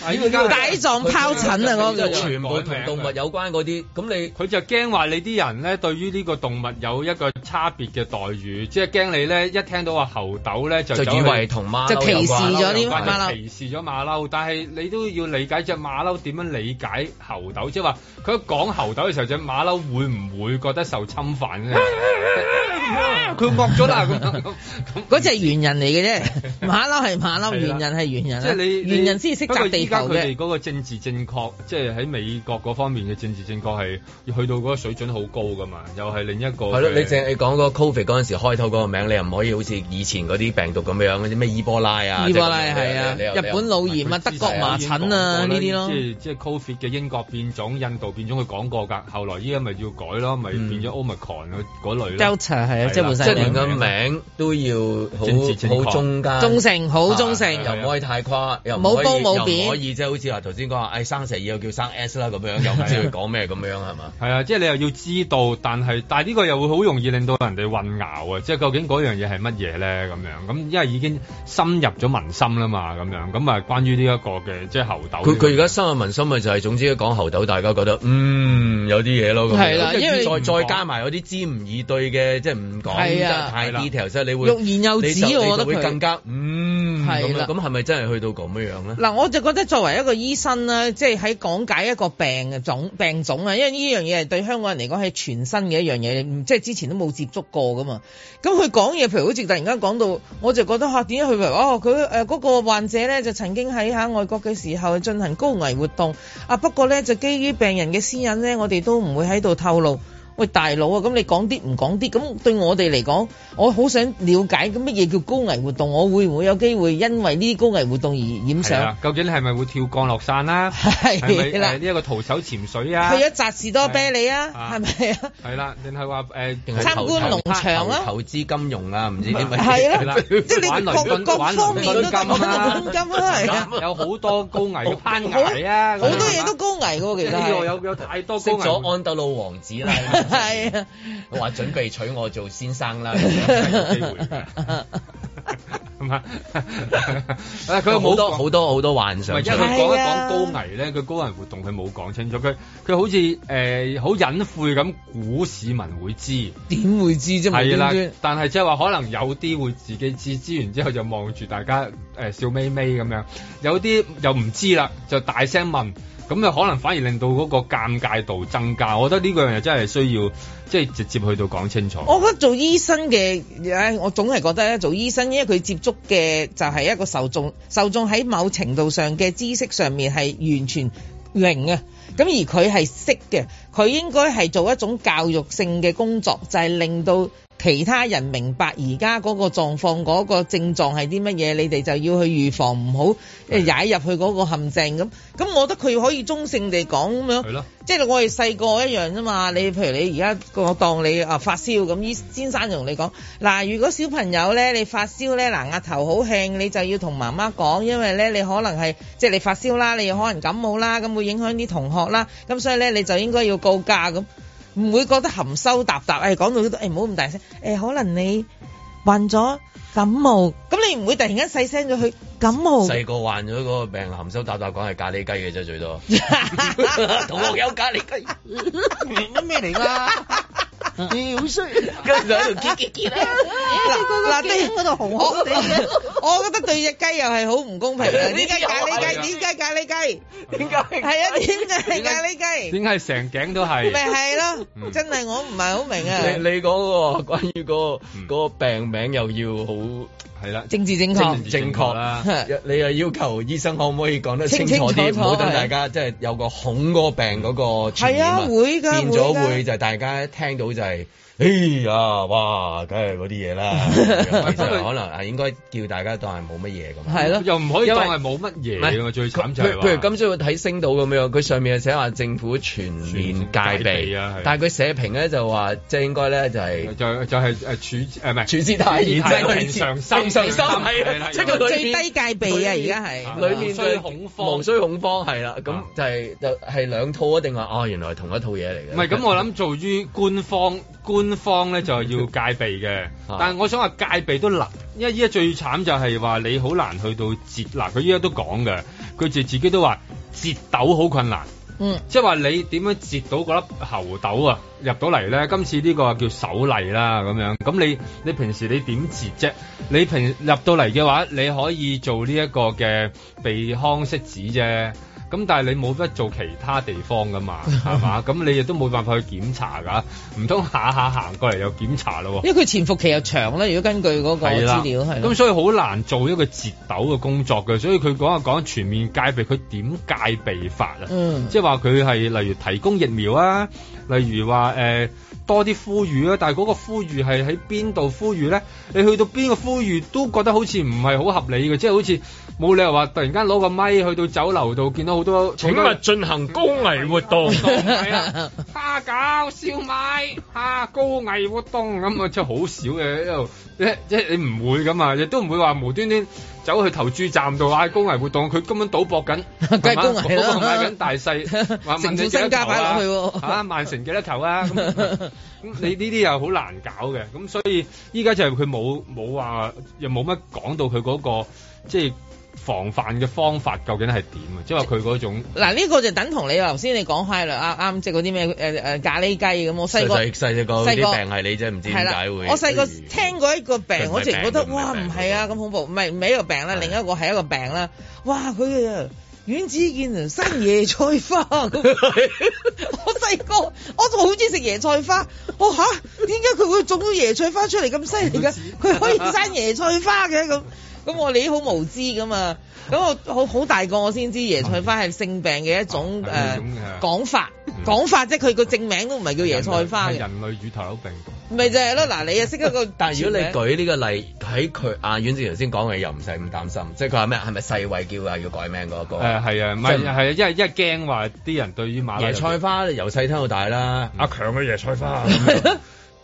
D: 帶狀疱疹啊嗰個
B: 就全部同動物有關嗰啲，咁你
F: 佢就驚話你啲人咧對於呢個動物有一個差別嘅待遇，即係驚你咧一聽到話猴豆咧就
B: 就
F: 走去
B: 以為同馬
D: 就歧視咗啲
F: 有關
D: 馬
F: 就
D: 騮。
F: 歧視咗馬騮，但係你都要理解只馬騮點樣理解猴豆，即係話佢一講猴豆嘅時候，只馬騮會唔會覺得受侵犯
D: [LAUGHS]
F: 咧？佢惡咗啦咁樣咁。
D: 嗰只係猿人嚟嘅啫，
B: 啊
D: 馬騮係馬騮，猿人係猿人
F: 即係
D: 啊，
F: 你
D: 猿人先識
F: 不過
D: 擲地
F: 依
D: 球
F: 家佢
D: 嘅
F: 哋。嗰個政治正確，即係喺美國嗰方面嘅政治正確係要去到嗰個水準好高噶嘛，又係另一個嘅。
B: 係咯，你淨係講個 Covid 嗰陣時開頭嗰個名，你又唔可以好似以前嗰啲病毒咁樣，嗰啲咩伊波拉啊，
D: 伊波拉
B: 即係咁樣
D: 係啊
B: 你又，
D: 日本腦炎啊，德國麻疹啊呢啲咯
F: 即。係即係 Covid 嘅英國變種、印度變種，佢講過㗎。後來依家咪要改咯，咪
D: 嗯
F: 變咗 Omicron 嗰嗰類咯。
D: Delta 係啊，
F: 啦
D: 即係換
B: 即
D: 晒
B: 係連
D: 名
B: 個名都要
F: 政治正
B: 好
F: 確
B: 好中間，
D: 忠誠好忠
B: 啊
D: 誠。
B: 又唔可以太誇，又唔
D: 冇
B: 可以
D: 褒冇
B: 又
D: 貶
B: 唔可以即係好似話頭先講話，唉生蛇以後叫生 S 啦咁樣，又唔知佢講咩咁樣係嘛？
F: 係啊，即係你又要知道，但係但係呢個又會好容易令到人哋混淆啊！即係究竟嗰樣嘢係乜嘢咧？咁樣咁，因為已經深入咗民心啦嘛，咁樣咁啊，關於呢一個嘅即係猴豆呢個。
B: 佢佢而家深入民心嘅就係總之講猴豆，大家覺得嗯有啲嘢咯咁樣。
D: 係啦
B: 即係
D: 因為
B: 再再加埋有啲知唔以對嘅，即係唔講
D: 係
B: 得
D: 啊
B: 太
F: 係啦
B: detail，即係你會
D: 欲言又止
B: 你就你就
D: 我覺得
B: 會
D: 佢
B: 更加嗯
D: 係
B: 咁樣
D: 啦
B: 咁係咪真係去到咁樣咧？
D: 嗱，我就覺得作為一個醫生啦，即係喺講解一個病嘅種病種啊，因為呢樣嘢係對香港人嚟講係全新嘅一樣嘢，唔即係之前都冇接觸過噶嘛。咁佢講嘢，譬如好似突然間講到，我就覺得嚇點解佢譬如哦，佢誒嗰個患者咧就曾經喺啊喺外國嘅時候進行高危活動啊，不過咧就基於病人嘅私隱咧，我哋都唔會喺度透露。喂，大佬啊，咁你講啲唔講啲，咁對我哋嚟講，我好想了解咁乜嘢叫高危活動，我會唔會有機會因為呢啲高危活動而
F: 係
D: 染上？
F: 啦，究竟你係咪會跳降落傘啦？
D: 係
F: 係咪
D: 啦
F: 誒呢一個徒手潛水啊？
D: 去咗扎士多啤梨啊，
F: 啊
D: 係咪啊？
F: 係啦，定係話誒
B: 定係
D: 參
B: 投
D: 觀農場啊
B: 投投資金融啊，唔知點乜嘢 [LAUGHS]
D: 係
F: 係啦
D: 啦，即係
F: 玩
D: 你
F: 倫
D: 各
F: 敦
D: 各
F: 玩
D: 方面
F: 倫
D: 都
F: 敦
D: 得
F: 金啊
D: 講金
B: [LAUGHS]
D: 啦，係 [LAUGHS] 啊，
F: 有好多高危嘅攀崖啊，
D: 好多嘢都高危嘅喎，其實
F: 呢個
D: 係
F: 有有太多
B: 識
F: 高
B: 咗
F: 危。
B: 安德魯王子啦，
D: [LAUGHS] 係啊，
B: 我話準備娶我做先生
F: [LAUGHS]
B: 啦， [LAUGHS]
F: 有機會嘅 [LAUGHS] 係
B: [LAUGHS]
F: 嘛？啊
B: 佢
F: 佢
B: 好
F: 冇講
B: 多好多好多幻
F: 唔
B: 想
F: 係，
B: 出
F: 因為
B: 嚟。
F: 佢講一
D: 係啊
F: 講高危咧，佢高危活動佢冇講清楚，佢佢好似誒好隱晦咁估市民會知，
D: 點會知啫？無
F: 係啦
D: 端端。
F: 但係即係話可能有啲會自己知，知完之後就望住大家誒、呃笑眯眯咁樣，有啲又唔知啦，就大聲問。咁啊又可能反而令到嗰個尷尬度增加，我覺得呢個樣嘢真係需要即係直接去到講清楚。
D: 我覺得做醫生嘅，唉，我總係覺得咧，做醫生，因為佢接觸嘅就係一個受眾，受眾喺某程度上嘅知識上面係完全零啊。咁而佢係識嘅，佢應該係做一種教育性嘅工作，就係、令到其他人明白而家嗰個狀況嗰、個症狀係啲乜嘢，你哋就要去預防，唔好誒踩入去嗰個陷阱咁。咁我覺得佢可以中性地講咁樣。
F: 係咯。
D: 即係我哋細個一樣啫嘛。你譬如你而家我當你啊發燒咁，醫先生就同你講嗱，如果小朋友咧你發燒咧嗱額頭好輕，你就要同媽媽講，因為咧你可能係即係你發燒啦，你又可能感冒啦，咁會影響啲同學啦，咁所以咧你就應該要告假咁，唔會覺得含羞答答，誒、講到都誒唔好咁大聲，誒、可能你患咗感冒，咁你唔會突然間細聲咗佢感冒。 [LAUGHS]
B: 細 [LAUGHS] 個患咗嗰個病，含羞答答講係咖喱雞嘅啫，最多。
F: [LAUGHS]
B: 同學有咖喱雞，
D: 咩嚟㗎？
B: 你好衰，跟住喺度結結結啦。
D: 嗱嗱，對嗰度紅紅地，我覺得對只雞又係好唔公平嘅。點解咖喱雞？點解咖喱雞？
B: 點解？
D: 係啊，點解係咖喱雞？
F: 點解成頸都係？
D: 咪係咯，真係我唔係好明
B: 你
D: 啊！
B: 你講嗰個關於嗰
F: 嗯
B: 個嗰個病名又要好
F: 係啦，
D: 政治正
B: 正
D: 確，
B: 正確
D: [LAUGHS]
B: 啦。你又要求醫生可唔可以講得清楚
D: 清清
B: 啲，唔
D: 楚楚
B: 好等大家即係有個恐嗰個病嗰個傳
D: 係
B: 染
D: 啊，
B: 啊
D: 會㗎，
B: 變咗
D: 會
B: 會
D: 㗎。
B: 就係大家一聽到就係。哎呀，哇，梗係嗰啲嘢
D: [LAUGHS]
B: 啦，其實可能啊係應該叫大家當係冇乜嘢咁。啊
D: 係咯
F: 又唔可以
B: 因
F: 當
B: 為
F: 係冇乜
B: 唔
F: 嘢㗎嘛，
B: 係
F: 最慘就
B: 譬
F: 係
B: 如
F: 話
B: 譬如今朝睇星島咁樣，佢上面係寫話政府全面戒
F: 全面戒備啊
B: 備
F: 係，
B: 但係佢社評咧就話即係應該咧就係
F: 就就係誒處誒唔係
B: 處之泰然，即係佢
F: 平常心，
B: 平常心
F: 係
B: 係
F: 啦
B: 啊，即係佢
D: 最
B: 裏
D: 低
B: 面
D: 戒備啊！而家係
B: 裏面
F: 無需恐慌
B: 無需恐慌係啦，咁
F: 啊
B: 就係就係兩套啊，定話哦原來係同一套嘢嚟嘅。
F: 唔係
B: [LAUGHS]
F: 咁，我諗做於官方， [LAUGHS] 官方咧就係要戒備嘅
B: [LAUGHS] 啊。
F: 但係我想話戒備都難，因為依家最慘就係話你好難去到截嗱，佢依家都講嘅，佢就自己都話截豆好困難，
D: 嗯，
F: 即係話你點樣截到嗰粒猴豆啊入到嚟咧？今次呢個叫首例啦咁樣，咁你你平時你點截啫？你平入到嚟嘅話，你可以做呢一個嘅鼻腔拭子啫。咁但係你冇得做其他地方噶嘛，係嘛？咁你亦都冇辦法去檢查㗎，唔通下下行過嚟又檢查咯喎？
D: 因為佢潛伏期又長啦。如果根據嗰個
F: 係啦
D: 資料係咯
F: 咁所以好難做一個截斗嘅工作嘅，所以佢講啊講全面戒備，佢點戒備法啊？
D: 嗯
F: 即係話佢係例如提供疫苗啊，例如話誒、呃多啲呼籲啊，但係嗰個呼籲係喺邊度呼籲咧？你去到邊個呼籲都覺得好似唔係好合理嘅，即係好似冇理由話突然間攞個咪去到酒樓度見到好多
B: 請
F: 好多
B: 勿進行高危
F: [LAUGHS]
B: 活動。
F: 係啊，蝦餃、燒賣、蝦高危活動咁啊，真係好少嘅一路，即即你唔會噶嘛，亦都唔會話無端端走去投注站度嗌高危活動，佢根本賭博緊，
D: [LAUGHS] 梗係
F: 係嘛
D: 高危啦
F: 賭博買緊大
D: [LAUGHS]
F: 細，話問
D: 成
F: 你
D: 副
F: 幾多
D: 身家
F: 頭啊
D: 擺落去喎
F: 嚇曼城幾多頭
D: [LAUGHS]
F: 啊？咁咁你呢啲又好難搞嘅，咁所以依家就係佢冇冇話，又冇乜講到佢嗰個即係防範嘅方法究竟係點啊？即係話佢嗰種。
D: [LAUGHS] 嗱，呢個就等同你頭先你講開啦，啱啱即係嗰啲咩誒誒咖喱雞咁，我細
B: 細
D: 個
B: 細細隻個嗰啲
D: 細個
B: 病係你真係唔知
D: 係
B: 點
D: 啦
B: 解會。哎
D: 我細個聽過一
B: 佢
D: 個
B: 唔
D: 病，
B: 係
D: 我直情覺得
B: 病佢唔係
D: 哇
B: 病
D: 唔係啊咁恐怖，唔係唔係一個病啦，
B: 係
D: 另一個係一個病啦。哇佢啊阮子健啊生椰菜花咁，
B: [LAUGHS]
D: 我細個我仲好中意食椰菜花，我吓點解佢會種到椰菜花出嚟咁犀利嘅？佢可以生椰菜花嘅咁。咁我哋好無知噶嘛，咁我好好大個我先知椰菜花係性病嘅一種
B: 啊
F: 係一
D: 誒
F: 種嘅
D: 講法，
B: 嗯
D: 講法即係佢個正名都唔係叫椰菜花
F: 係
D: 嘅，
F: 人類乳頭瘤病毒。
D: 咪就係咯，嗱，你又識一 [LAUGHS] 個，
B: 但係如果你舉呢個例喺佢阿阮志頭先講嘅，又唔使咁擔心，即係佢話咩？係咪世衞叫啊話要改名嗰個？
F: 誒係啊，唔係
B: 即係
F: 係啊，因為因為驚話啲人對於馬拉
B: 椰菜花由細聽到大啦，
L: 阿強嘅椰菜
B: [LAUGHS]
F: 哦
L: 花，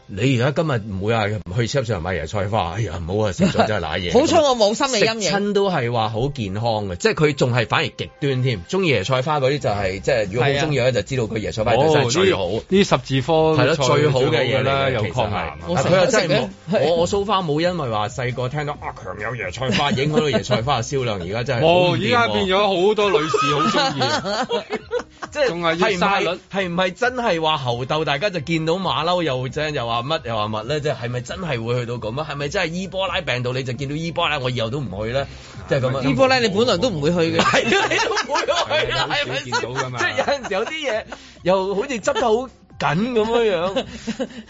B: 你而家今日唔會啊去超級市場買椰菜花，哎呀唔好啊食咗真係瀨嘢。
D: 好彩我冇心理陰
B: 食
D: 影，
B: 親都係話好健康嘅，即係佢仲係反而極端添。中意椰菜花嗰啲就係、即係如果好中意咧，就知道佢椰菜花本身係最好。
F: 哦呢呢十字科
B: 係咯，最好嘅
F: 嘢
B: 嘢
F: 啦，
B: 啦，
F: 有抗癌啊。
B: 其實係佢又
D: 食我食
B: 真係冇
D: 嘅，
B: 我我 so far 冇因為話細個聽到啊強有椰菜花，影響到椰菜花嘅銷量，而家真係好
F: 哦，
B: 唔
F: 而
B: 掂喎
F: 家
B: [LAUGHS]
F: 變咗好多女士好中意。
B: 即係
F: 仲係要
B: 係唔
F: 沙律
B: 係係唔係真係話猴鬥？大家就見到馬騮又正又話乜又話乜咧？即係係咪真係會去到咁啊？係咪真係伊波拉病到你就見到伊波拉，我以後都唔去咧？即係咁啊樣。
D: 伊波拉你本來都唔會去嘅，
B: 係
D: [LAUGHS]
B: 啊，你都唔會去啦，係咪
F: 係啊好少見到㗎嘛
B: 即係有陣時有啲嘢又好似執得好
M: 緊咁樣樣，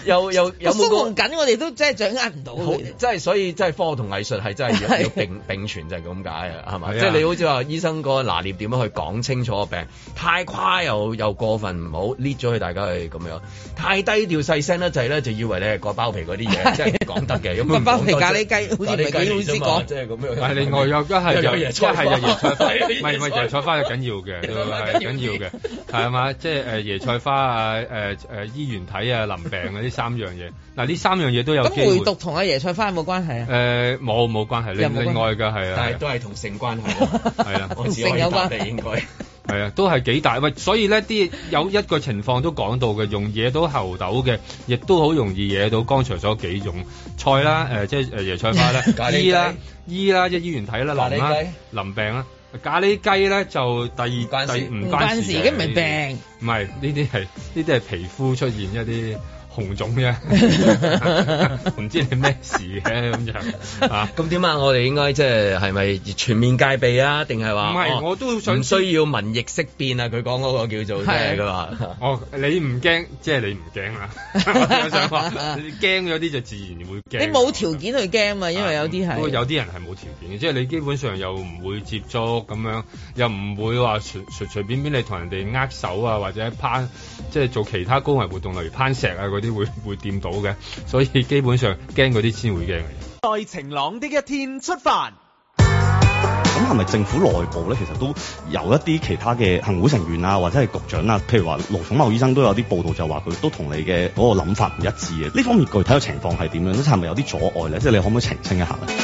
M: 又又有冇個
D: 鬆緊，我哋都真係掌握唔到
M: 好
D: 佢哋。
M: 即係所以即係科學同藝術係真係要
D: 係
M: 要並並存就係咁解啊，係
F: 係
M: 嘛？
F: 啊
M: 即係你好似話醫生嗰個拿捏點樣去講清楚個病，太誇又又過分唔好 lead 咗佢大家去咁樣，太低調細聲得滯咧就以為你係割包皮嗰啲嘢，即係唔講得嘅。咁
D: 割包皮咖喱雞好似唔係幾好先講
M: 即係咁樣。
F: 但係另外有一係就
M: 又有
F: 一
M: 椰菜
F: 係就椰菜花，
M: 係啊
F: 唔係唔係椰菜花就緊要嘅，
M: 椰菜花
F: 係緊要嘅，係啊嘛？即係誒椰菜花啊、誒誒衣原體啊、淋病啊呢三樣嘢。嗱呢三樣嘢都有
D: 咁
F: 機會
D: 回。讀同阿椰菜花有冇關係啊？
F: 誒冇冇關係，
D: 有
F: 另
D: 冇關係
F: 另外嘅係啊，
M: 但係都係同性關係喎，
F: 係啊。
M: [LAUGHS] 我只可以答你應該。
F: 係啊，都係幾大喂，所以呢啲有一個情況都講到嘅，容易惹到猴豆嘅，亦都好容易惹到剛才所幾種菜啦，誒、即係誒呃椰菜花
M: 嗯 [LAUGHS] 咖
F: 啦，
M: 喱雞
F: 醫啦，醫啦，即係醫完睇啦，淋
M: 咖
F: 啦
M: 喱雞，
F: 淋病啦。咖喱雞咧就第二第
M: 關事
F: 唔
D: 唔
F: 關
D: 關事，
F: 嘅
D: 咁唔係
F: 呢啲
D: 病。
F: 唔係呢啲係 [LAUGHS] 呢啲係皮膚出現一啲紅腫
M: [LAUGHS]
F: 啫， [LAUGHS] 唔知你咩事嘅咁就 [LAUGHS] 啊。
M: 咁點啊？我哋應該即係係咪全面戒備啊？定係話
F: 唔係
M: 哦
F: 我都想
M: 唔需要民疫色變啊！佢講嗰個叫做即係
F: [LAUGHS]
M: 佢話。
F: 哦，你唔驚，即係你唔驚
D: [LAUGHS]
F: 啦。我想話，你驚咗啲就自然會
D: 你
F: 驚。
D: 冇條件去驚嘛，因為有啲
F: 不過
D: 係。
F: 有啲人係冇條件嘅，即係你基本上又唔會接觸咁樣，又唔會話隨隨隨便便你同人哋握手啊，或者攀即係做其他高危活動，例如攀石啊嗰啲會會掂到嘅，所以基本上驚嗰啲先會驚嘅。
A: 在晴朗的一天出發。
N: 咁係咪政府內部咧，其實都有一啲其他嘅行會成員啊，或者係局長啊，譬如話盧寵茂醫生都有啲報道就話佢都同你嘅嗰個諗法唔一致嘅。呢方面具體嘅情況係點樣咧？即係咪有啲阻礙咧？即係你可唔可以澄清一下咧？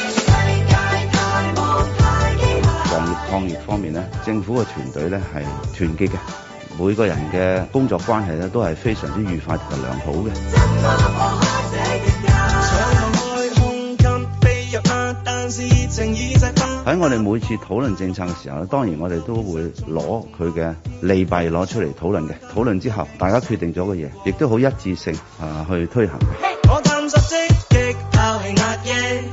O: 防疫抗疫方面咧，政府嘅團隊咧係團結嘅，每個人嘅工作關係咧都係非常之愉快同埋良好嘅。喺我哋每次討論政策嘅時候咧，當然我哋都會攞佢嘅利弊攞出嚟討論嘅。討論之後，大家決定咗嘅嘢，亦都好一致性啊、去推行嘅。
P: 我探索積極拋棄壓抑，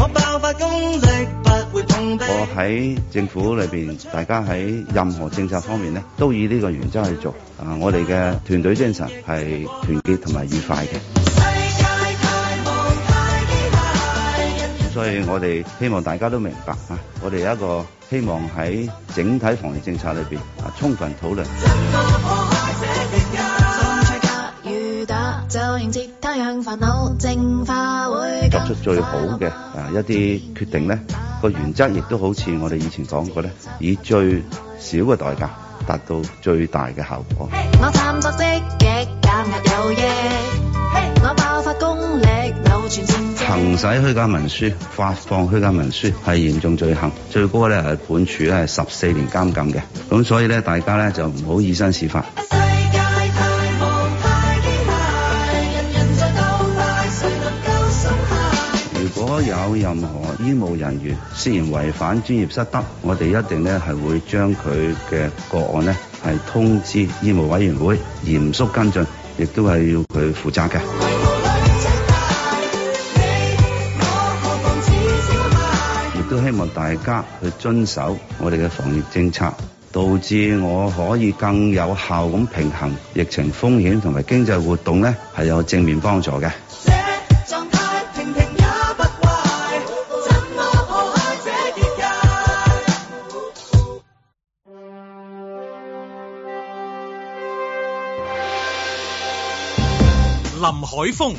P: 我爆發功力不會碰壁。
O: 我喺政府裏邊，大家喺任何政策方面咧，都以呢個原則去做。啊，我哋嘅團隊精神係團結同埋愉快嘅。所以我哋希望大家都明白啊，我哋有一個希望喺整體防疫政策裏邊啊，充分討論。
J: 雨打就迎接太陽，煩惱淨化會
O: 作出最好嘅
Q: À,
O: 啊一啲決定呢個原則亦都好似我哋以前講過呢，以最少嘅代價達到最大嘅效果。
J: 我探索積極減壓有益，我爆發功力扭轉戰爭。
O: 行使虛假文書、發放虛假文書係嚴重罪行，最高咧係判處咧係十四年監禁嘅。咁所以咧，大家咧就唔好以身試法。如果有任何醫務人員涉嫌違反專業失德，我哋一定咧係會將佢嘅個案咧係通知醫務委員會嚴肅跟進，亦都係要佢負責嘅。亦都希望大家去遵守我哋嘅防疫政策，導致我可以更有效咁平衡疫情風險同埋經濟活動呢係有正面幫助嘅。
P: 狀態平平也不壞，怎麼破壞這結界？
A: 林海峰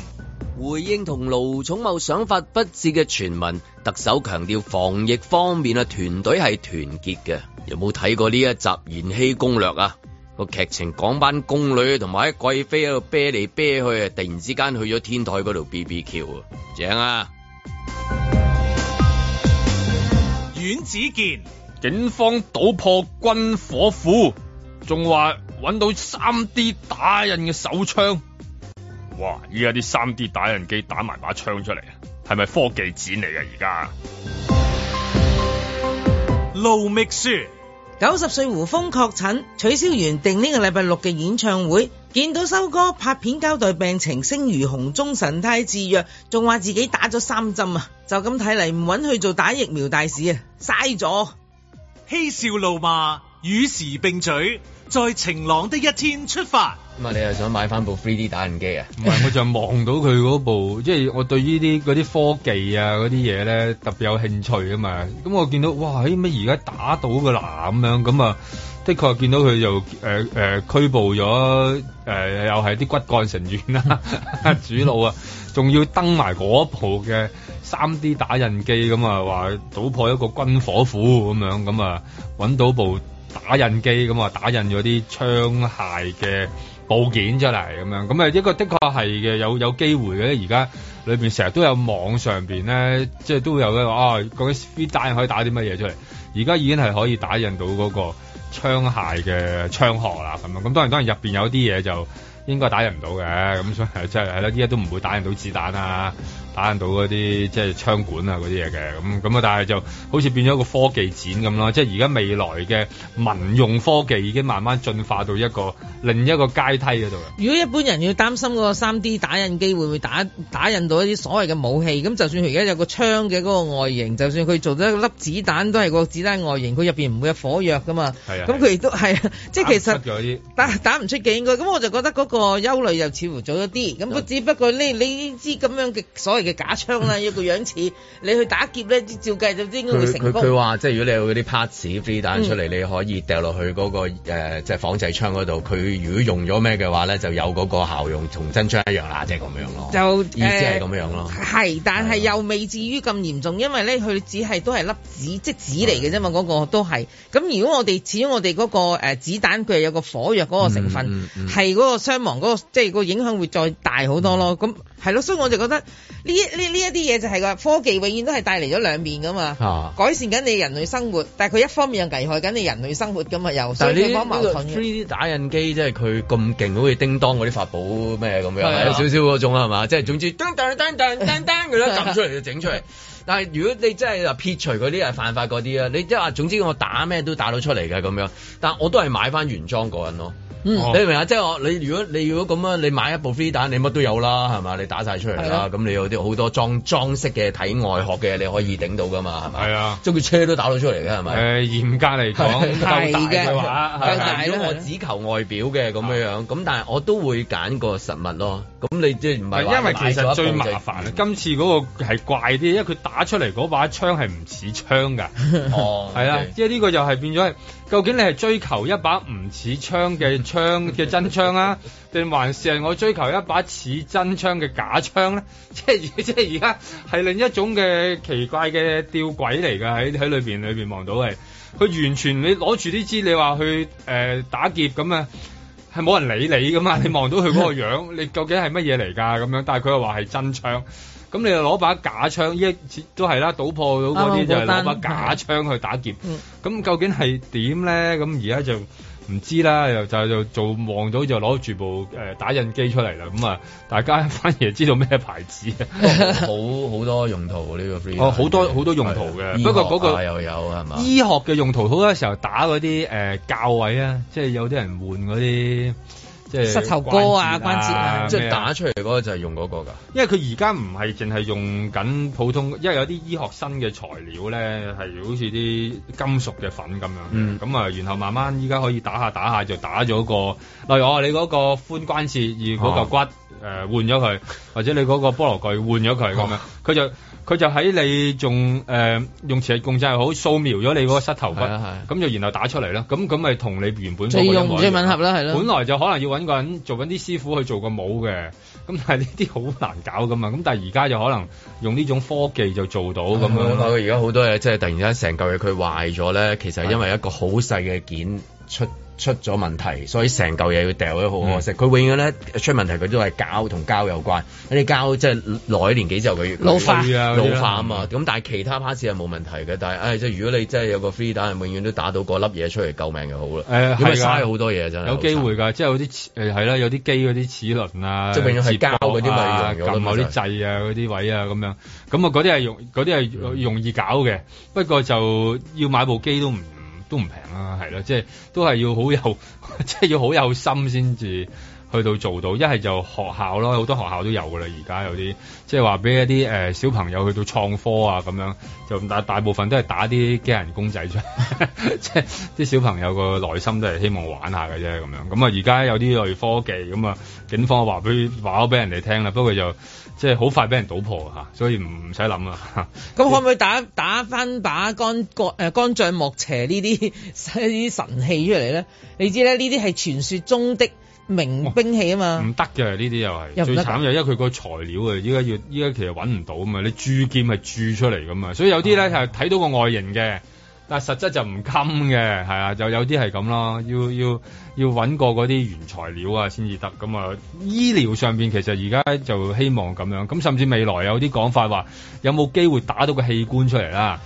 B: 回應同盧寵茂想法不致嘅傳聞，特首強調防疫方面啊，團隊係團結嘅。有冇睇過呢一集《延禧攻略》啊？個劇情講班宮女同埋喺貴妃喺度啤嚟啤去啊，突然之間去咗天台嗰度 BBQ 啊，正啊！
A: 阮子健
C: 警方搗破軍火庫，仲
F: 呃
C: 話揾到三 D 打印嘅手槍。哇！依家啲三 D 打印機打埋把槍出嚟，啊係咪科技展嚟嘅而家？
A: 路觅雪，
H: 九十歲胡楓確診，取消原定呢個禮拜六嘅演唱會。見到修哥拍片交代病情聲如洪鐘，神態自若，仲話自己打咗三針啊！就咁睇嚟，唔揾佢做打疫苗大使啊，嘥咗。
A: 嬉笑怒罵，與時並舉，在晴朗的一天出發。
B: 咁啊，你又想買翻部 3D 打印機啊？
F: 唔係，我就望到佢嗰部，即係我對呢啲嗰啲科技啊嗰啲嘢咧特別有興趣啊嘛。咁我見到哇，咦乜而家打到㗎啦咁樣，咁啊的確見到佢就誒誒、呃呃拘捕咗誒、呃又係啲骨幹成員啦、 [LAUGHS] 主腦啊，仲要登埋嗰部嘅 3D 打印機咁啊，話搗破一個軍火庫咁樣，咁啊揾到部打印機咁啊，打印咗啲槍械嘅部件出嚟咁樣，咁啊一個的確係嘅，有有機會嘅。而家裏邊成日都有網上邊咧，即係都有嘅話，啊究竟 speed 打印可以打啲乜嘢出嚟？而家已經係可以打印到嗰個槍械嘅槍殼啦，咁樣咁當然當然入邊有啲嘢就應該打印唔到嘅，咁所以即係係啦，依家都唔會打印到子彈啊，打印到嗰啲即係槍管啊嗰啲嘢嘅，咁咁啊，但係就好似變咗一個科技展咁咯，即係而家未來嘅民用科技已經慢慢進化到一個另一個階梯嗰度啦。
D: 如果一般人要擔心嗰個三 D 打印機會唔會打打印到一啲所謂嘅武器，咁就算佢而家有個槍嘅嗰個外形，就算佢做咗一粒子彈，都係個子彈外形，佢入邊唔會有火藥噶嘛。
F: 係啊
D: 咁佢亦都係啊，即係其實
F: 打出咗啲
D: 打打唔出嘅應該，咁我就覺得嗰個憂慮又似乎早咗啲。咁
B: 嗯
D: 只不過呢呢支咁樣嘅所謂嘅假
B: [LAUGHS]
D: 槍啦，一個樣似你去打劫咧，照計就應該會
B: 佢佢
D: 成功。
B: 佢話即係如果你有嗰啲 parts free 彈出嚟，你可以掉落去嗰、個呃即係仿製槍嗰度。佢如果用咗咩嘅話咧，就有嗰個效用，同真槍一樣啦，即係咁樣咯。
D: 就呃
B: 意思係咁樣咯。啊
D: 係，但係又未至於咁嚴重，因為咧佢只係都係粒子，即係紙嚟嘅
B: 嗯
D: 啫嘛，嗰、個都係。咁如果我哋始終我哋嗰、個呃子彈佢係有個火藥嗰個成
B: 嗯
D: 分，係嗰、個傷亡嗰、個即係個影響會再大好多
B: 嗯
D: 咯。咁係咯，所以我就覺得呢一呢呢一啲嘢就係話科技永遠都係帶嚟咗兩面噶嘛，
B: 啊
D: 改善緊你人類生活，但係佢一方面又危害緊你人類生活噶嘛，又所
B: 但
D: 以
B: 係
D: 佢
B: 呢
D: 講
B: 呢
D: 矛
B: 個
D: 盾嘅。
B: 3D 打印機即係佢咁勁，好似叮當嗰啲法寶咩咁樣，
D: 係啊嗯
B: 有少少嗰種係嘛？即係總之噔噔噔噔噔噔佢咧撳出嚟就整出嚟。但係如果你真係話啊撇除嗰啲係犯法嗰啲啊，你即係話總之我打咩都打到出嚟嘅咁樣，但我都係買翻原裝嗰人咯。
D: 嗯
B: 你明唔明啊？即係我你如果你如果咁啊，你買一部飛彈，你乜都有啦，係嘛？你打晒出嚟
D: 係
B: 啦
D: 啊，
B: 咁你有啲好多裝裝飾嘅體外殼嘅，你可以頂到噶嘛，係咪？
F: 係啊，
B: 即係佢車都打到出嚟嘅係咪？
D: 啊
F: 誒嚴格嚟講
B: 係
F: 夠大嘅話，
B: 係
F: 係啊
B: 如果我只求外表嘅咁樣樣，咁但係我都會揀個實物咯。咁你即係唔
F: 唔
B: 係話
F: 因為其實最麻
B: 買咗一部
F: 煩啊，今次嗰個係怪啲，因為佢打出嚟嗰把槍係唔似槍㗎。[LAUGHS]
B: 哦
F: 係啊
B: OK，
F: 即係呢個又係變咗係，究竟你係追求一把唔似槍嘅槍嘅真槍
B: [LAUGHS]
F: 啊，定還是係我追求一把似真槍嘅假槍咧？ [LAUGHS] 即係即係而家係另一種嘅奇怪嘅吊詭嚟㗎，喺喺裏邊裏邊望到係，佢完全你攞住呢支你話去誒、呃打劫咁啊！係冇人理你噶嘛， [LAUGHS] 你望到佢嗰個樣，你究竟係乜嘢嚟㗎咁樣？但係佢又話係真槍，咁你又攞把假槍，依一次都係啦，倒破到嗰啲就係攞把假槍去打劫。
D: 嗯
F: 咁究竟係點咧？咁而家就唔知啦，又就就做望到就攞住部誒、呃打印機出嚟啦。咁啊，大家 [LAUGHS] 反而知道咩牌子啊？
B: [LAUGHS] 好好多用途呢個 free
F: 哦好多好多用途嘅不過嗰個
B: 醫學啊又有係嘛？
F: 醫學嘅用途好多時候打嗰啲誒教位啊，即係有啲人換嗰啲即係
D: 膝頭哥啊關節啊
B: 即
F: 咩
B: 係打出嚟嗰個就係用嗰個㗎。
F: 因為佢而家唔係淨係用緊普通，因為有啲醫學新嘅材料咧，係好似啲金屬嘅粉咁樣。
B: 嗯
F: 咁啊，然後慢慢依家可以打下打下就打咗個，例如我你嗰個髋關節而嗰嚿
D: 哦
F: 骨誒、呃、換咗佢，或者你嗰個菠蘿蓋換咗佢
D: 哦
F: 咁樣，佢就佢就喺你仲誒、呃用磁力共振又好掃描咗你嗰個膝頭骨，
B: 係
F: 咁、
B: 啊
F: 就然後打出嚟啦。咁咁咪同你原本嗰個
D: 最
F: 一
D: 用
F: 模一
D: 最
F: 樣
D: 吻合啦，係咯。
F: 本來就可能要揾個人做緊啲師傅去做個模嘅，咁但係呢啲好難搞噶嘛。咁但係而家就可能用呢種科技就做到咁樣
B: 我發覺
F: 咯。
B: 而家好多嘢即係突然間成嚿嘢佢壞咗咧，其實係因為一個好細嘅件出。出咗問題，所以成嚿嘢要掉咗好可
F: 嗯
B: 惜。佢、永遠咧出問題，佢都係膠同膠有關。啲膠即係耐年紀之後佢佢
D: 老化
B: 佢
D: 啊
B: 老
D: 嗰啲啦
B: 化啊嘛。咁但係其他 part 係冇問題嘅。但係唉、即係如果你真係有個 free 打，永遠都打到嗰粒嘢出嚟，救命就好啦。
F: 誒
B: 咁咪
F: 係㗎
B: 嘥好多嘢真係。
F: 有機會㗎，即係有啲齒誒係啦，有啲機嗰啲齒輪啊，
B: 即係永遠係膠嗰啲咪
F: 接駁
B: 用咗
F: 啊撳
B: 咯
F: 某啲
B: 其實
F: 掣啊嗰啲位啊咁樣。咁啊嗰啲係容嗰啲
B: 嗯
F: 係容易搞嘅，不過就要買部機都唔 [LAUGHS] 都唔平啦，係啦，即係都係要好有即係要好有心先至。去去到做到，一係就學校咯，好多學校都有噶啦，而家有啲即係話俾一啲誒、呃小朋友去到創科啊咁樣，就大大部分都係打啲機械人公仔出嚟， [LAUGHS] 即係啲小朋友個內心都係希望玩下嘅啫咁樣。咁啊，而家有啲類科技咁啊，警方話俾話咗俾人哋聽啦，不過就即係好快俾人搗破嚇，所以唔唔使諗啦嚇。
D: 咁可唔可以打打翻把干干誒干將莫邪呢啲 [LAUGHS] 呢啲神器出嚟咧？你知咧，呢啲係傳說中的名兵器啊嘛。
F: 唔得嘅呢啲又係
D: 又唔
F: 最
D: 得㗎啊
F: 慘，就因為佢個材料啊，依家要依家其實揾唔到啊嘛，你鑄劍係鑄出嚟噶嘛，所以有啲
D: 哦
F: 咧係睇到個外形嘅，但係實質就唔襟嘅，係啊，就有啲係咁咯，要要要揾過嗰啲原材料啊先至得咁啊。醫療上邊其實而家就希望咁樣，咁甚至未來有啲講法話有冇機會打到個器官出嚟啦，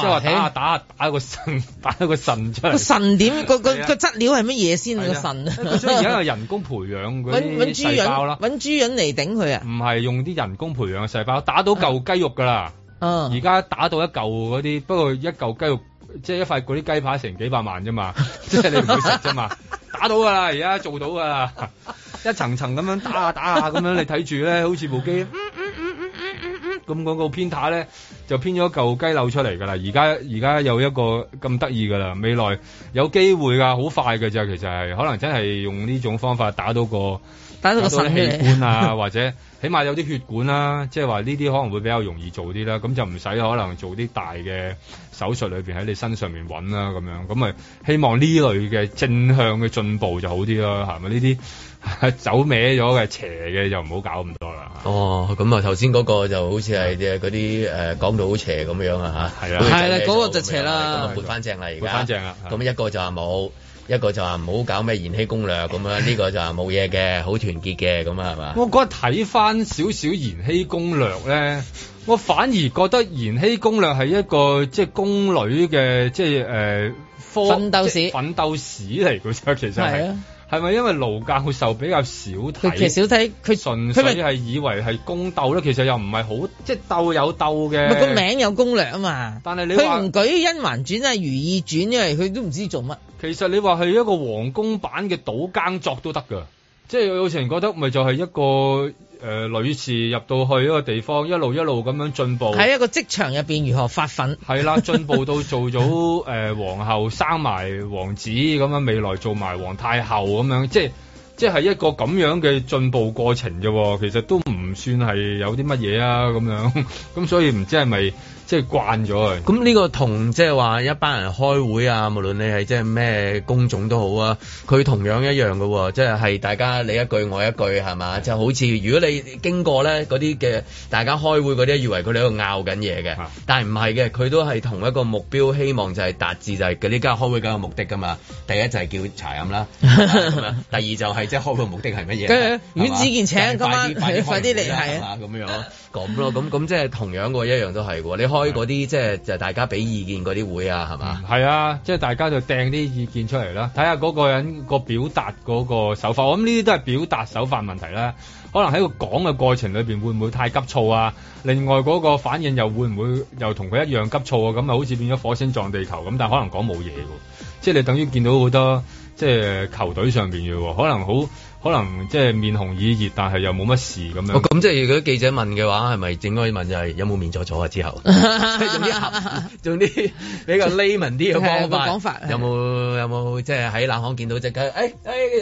F: 嗯即係話打下打下打個腎 [LAUGHS] 打個腎出嚟，
D: 個神點個個
F: 係啊
D: 個質料係乜嘢先啊個神？ [LAUGHS]
F: 所以而家係人工培養嗰
D: 揾
F: 啲
D: 揾豬
F: 細胞啦
D: 潤，。揾豬潤嚟頂佢啊！
F: 唔係用啲人工培養嘅細胞，打到嚿雞肉㗎啦。
D: 嗯，
F: 而家打到一嚿嗰啲， [LAUGHS] 不過一嚿雞肉即係一塊嗰啲雞扒成幾百萬啫嘛， [LAUGHS] 即係你唔會食啫 [LAUGHS] 嘛。打到㗎啦，而家做到㗎啦， [LAUGHS] 一層層咁樣打下打下咁樣，你睇住 [LAUGHS] 咧，好似部機。嗯嗯嗯嗯嗯嗯嗯咁嗰個編塔咧就編咗嚿雞柳出嚟㗎啦，而家而家有一個咁得意㗎啦，未來有機會㗎，好快㗎咋，其實係可能真係用呢種方法打到個
D: 打到個腎
F: 啲器
D: 出嚟
F: 官啊， [LAUGHS] 或者起碼有啲血管啦、即係話呢啲可能會比較容易做啲啦，咁就唔使可能做啲大嘅手術裏邊喺你身上面揾啦咁樣，咁咪希望呢類嘅正向嘅進步就好啲咯，係咪呢啲？ [LAUGHS] 走歪咗嘅邪嘅就唔好搞咁多啦。
B: 哦，咁啊，頭先嗰個就好似係誒嗰啲誒講到好邪咁樣啊嚇，係
F: 啊
D: 係啦，嗰個就邪
B: 咁啊
D: 啦
B: 撥。翻正啦而家，
F: 撥翻正啦啊
B: 咁一個就話冇，一個就話唔好搞咩延禧攻略咁樣，呢個就話冇嘢嘅，好團結嘅咁啊係嘛？
F: 我嗰日睇翻少少《延禧攻略》咧，我反而覺得《延禧攻略》係一個即係宮女嘅即係誒、呃、科
D: 奮鬥史
F: 即係奮鬥史嚟嘅啫，其實
D: 係
F: 係
D: 啊。
F: 係咪因為盧教授比較少睇？
D: 佢其實少睇，
F: 佢純
D: 佢
F: 粹
D: 咪
F: 係以為係宮鬥咧，其實又唔係好即係鬥有鬥
D: 唔
F: 嘅。
D: 係個名有攻略啊嘛，
F: 但係你話
D: 佢唔舉《甄嬛傳》啊《如懿傳》，因為佢都唔知做乜。
F: 其實你話係一個皇宮版嘅賭耕作都得㗎，即係有成覺得咪就係一個誒、呃女士入到去一個地方，一路一路咁樣進步。
D: 喺一啊個職場入邊如何發奮？
F: 係啦， [LAUGHS] 進步到做咗誒、呃皇后，生埋王子咁樣，未來做埋皇太后咁樣，即係即係一個咁樣嘅進步過程啫喎。其實都唔算係有啲乜嘢啊咁樣，咁所以唔知係咪即係慣咗啊？
B: 咁呢個同即係話一班人開會啊，無論你係即係咩工種都好啊，佢同樣一樣嘅喎、即係係大家你一句我一句係嘛，就好似如果你經過咧嗰啲嘅大家開會嗰啲，以為佢哋喺度拗緊嘢嘅，
D: 啊
B: 但係唔係嘅，佢都係同一個目標，希望就係達至就係佢呢家開會嘅目的㗎嘛。第一就係叫茶飲
D: [LAUGHS]
B: 啦，係嘛第二就係即係開會嘅目的係乜嘢啦？
D: 跟住阮子健請
B: 係嘛
D: 今晚
B: 快啲
D: [LAUGHS] 快啲嚟係
B: 係
D: 啊
B: 啊咁樣咁咯，咁咁即係同樣個一樣都係喎。你開嗰啲即係就大家俾意見嗰啲會啊，係嘛？
F: 係啊，即係大家就掟啲意見出嚟啦，睇下嗰個人個表達嗰個手法。我諗呢啲都係表達手法問題啦。可能喺個講嘅過程裏邊會唔會太急躁啊？另外嗰個反應又會唔會又同佢一樣急躁啊？咁啊，好似變咗火星撞地球咁，但係可能講冇嘢喎。即係你等於見到好多即係球隊上邊嘅喎，可能好可能即係面紅耳熱，但係又冇乜事咁
D: 嗯
F: 樣。
B: 哦咁即係如果記者問嘅話，係咪應該問就係有冇面咗咗啊？之
D: [LAUGHS]
B: 後用啲合用啲比較 layman 啲嘅方
D: 係
B: 法，
D: 個講法
B: 有冇有冇即係喺冷巷見到隻雞？誒誒哎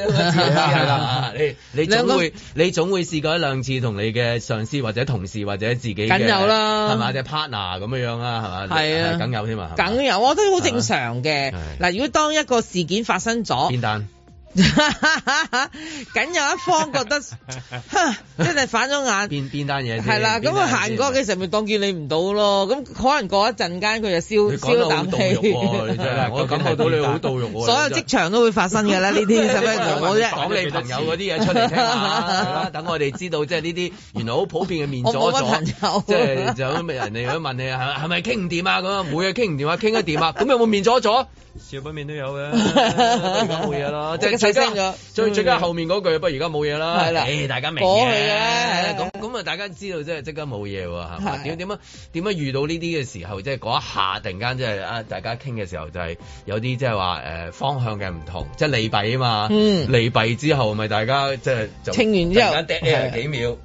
B: 有個
D: [LAUGHS]
B: 字係啦，啊你你
D: 兩
B: 總
D: 個
B: 會你總會試過一兩次同你嘅上司或者同事或者自己嘅
D: 梗有啦
B: 係嘛？即係 partner 咁樣樣啦，係嘛？
D: 係啊
B: 梗有添嘛？係嘛
D: [LAUGHS] 梗有，我覺得好正常嘅。嗱，如果當一個事件發生咗，
B: 邊單？
D: 梗有一方覺得， [LAUGHS] 哼真係反咗眼。
B: 邊邊單嘢先？
D: 係啦，咁
B: 邊單
D: 佢
B: 嘢先
D: 行過嘅時候咪當見你唔到咯，咁可能過一陣間佢就
B: 你
D: 消
B: 講
D: 消
B: 得好
D: 啖
B: 到肉
D: 氣。
B: 喎，你真
D: [LAUGHS]
B: 係，啊我感覺到你好到肉喎。
D: 所有
B: 你真係
D: 職場都會發生㗎啦，呢
B: [LAUGHS]
D: 啲使咩做我啫？
B: 講你朋友嗰啲啊嘢出嚟聽下，係啦 [LAUGHS] 等我哋知道，即係呢啲原來好普遍嘅面阻
D: 我
B: 阻
D: 冇乜朋友，
B: 即係就咁人哋咁問你係咪係咪傾唔掂啊？咁啊，冇嘢
D: [LAUGHS]
B: 傾唔掂啊，傾得掂啊，咁有冇面阻阻？少不免都有嘅，咁冇嘢咯，即係
D: 提
B: 最
D: 升咗
B: 最最緊
D: 嗯
B: 後面嗰句，不過而家冇嘢啦。
D: 係啦
B: 誒大家明
D: 過
B: 嘅。
D: 去嘅啦係啦
B: 咁咁啊，大家知道即係即刻冇嘢喎，係嘛？
D: 係
B: 點點樣點樣遇到呢啲嘅時候，即係嗰一下突然間即係啊，大家傾嘅時候就係有啲即係話誒方向嘅唔同，即係利弊啊嘛。
D: 嗯
B: 利弊之後咪大家即係就
D: 清完之後
B: 突然間 dead air 幾秒。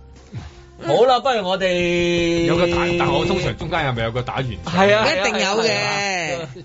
B: 好啦，不如我哋
F: 有個打，但我通常中間係咪有個打完？
B: 係啊，
D: 一定有嘅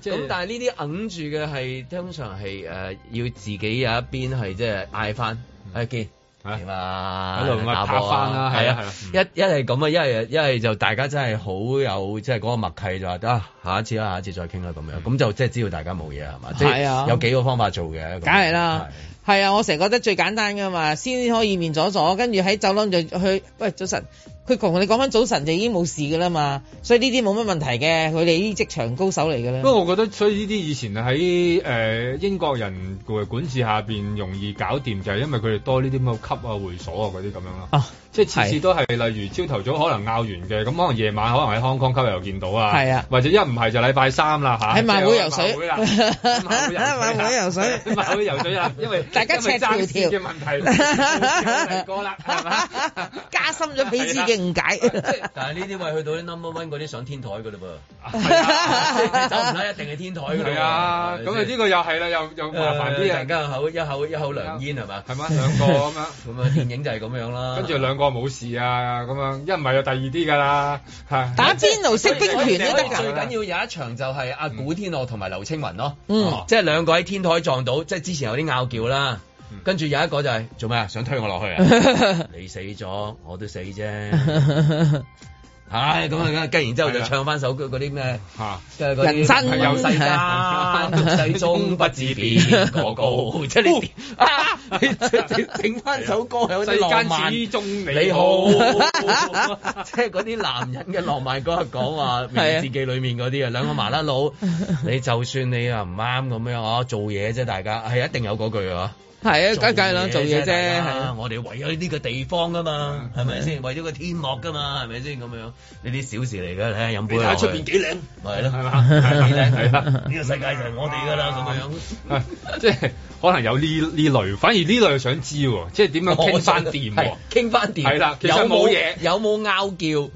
B: 咁但係呢啲揞住嘅係通常係誒要自己有一邊係即係嗌翻，誒見點啊，
F: 嗯喺度咪
B: 打
F: 拍
B: 波啊
F: 返啦
B: 係
F: 係啊
B: 啊，一一係咁啊，一係一係就大家真係好有即係嗰個默契就話得啊下一次啦，下一次再傾啦咁
F: 嗯
B: 樣，咁就即係知道大家冇嘢係嘛，即
D: 係啊
B: 係有幾個方法做嘅，
D: 梗係啦。係啊，我成日覺得最簡單噶嘛，先可以面阻阻，跟住喺走廊就去，喂早晨，佢同你講翻早晨就已經冇事噶啦嘛，所以呢啲冇乜問題嘅，佢哋呢啲職場高手嚟㗎啦。
F: 不過我覺得，所以呢啲以前喺誒、呃英國人嘅管治下邊容易搞掂，就係因為佢哋多呢啲咁嘅級啊、會所啊嗰啲咁樣啦。 [LAUGHS] 即係次次都係，例如朝頭早可能拗完嘅，咁可能夜晚可能喺康康級又見到啊，
D: 係啊
F: 或者一唔係就禮拜三啦嚇，
D: 喺馬會游水，
F: 即係有 [LAUGHS] 馬會啦
D: [LAUGHS] 馬會游水，
F: 馬會游水啊，因為
D: 大家
F: 因
D: 赤
F: 為
D: 條
F: 爭
D: 條
F: 先嘅問題，
D: 題，
F: 啦，
D: [LAUGHS] [LAUGHS] 加深咗彼此嘅
F: [LAUGHS]
D: 誤解。
B: 但係呢啲位去到啲 number one 嗰啲上天台㗎嘞噃，
F: 係啊
B: 即係你走唔甩一定係天台㗎嘞喎。
F: 係啊，咁啊呢個又係啦，又又麻煩啲
B: 突
F: 啊
B: 然。間口一口一口涼煙係嘛？
F: 係嘛兩個咁樣
B: 咁
F: [LAUGHS]
B: 啊電影就係咁樣啦。
F: 跟住兩個冇事啊，咁樣一唔係就第二啲㗎啦，係
D: 打邊爐式冰拳都得
B: 最緊要
D: 㗎。
B: 有一場就係阿古天樂同埋劉青雲咯，
D: 嗯
B: 哦即係兩個喺天台撞到，即係之前有啲拗撬啦。
F: 嗯
B: 跟住有一個就係做咩啊？想推我落去
D: [LAUGHS]
B: 啊！你死咗，我都死啫。唉，咁啊，跟然之後就唱翻首歌嗰啲咩
F: 嚇，
B: 跟住嗰啲
D: 人生
B: 有世間，
D: 係
B: 俗世中不
F: [LAUGHS]
B: 自變個高，即係
F: 哦
B: 你啊，你你 [LAUGHS] 整翻首歌有啲浪漫。
F: 世間始終你
B: 你好， [LAUGHS] 即係嗰啲男人嘅浪漫嗰日講話，明日自己裡面嗰啲啊，兩個麻甩佬，你就算你啊唔啱咁樣啊，做嘢啫，大家係一定有嗰句啊。
D: 係啊，梗係啦，做嘢啫，
B: 大
D: 係
B: 家
D: 啊。
B: 我哋為咗呢個地方噶嘛，係咪先？為咗個天幕噶嘛，係咪先咁樣？呢啲小事嚟嘅，你睇飲杯
F: 你睇下
B: 落去
F: 出邊幾靚
B: 咪係咯，
F: 係
B: 嘛
F: 嘛？
B: 幾靚
F: 係啦
B: 呢個世界就係我哋噶啦，咁樣。
F: 係啊即係可能有呢呢類，反而呢類想知喎，即係點樣傾翻哦掂
B: 啊哦係
F: 喎？
B: 傾翻掂，
F: 係啦其實
B: 有冇
F: 冇嘢嗯
B: 有冇拗撬？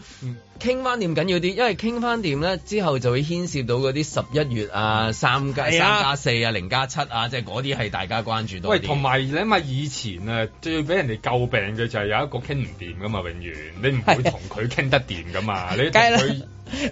B: 傾翻掂緊要啲，因為傾翻掂咧之後就會牽涉到嗰啲十一月啊、三加三
F: 係啊
B: 加四啊、零加七啊，即係嗰啲係大家關注到。
F: 喂，同埋你咪以前啊，最俾人哋詬病嘅就係有一個傾唔掂噶嘛，永遠你唔會同佢傾得掂噶嘛，你同
D: 梗係啦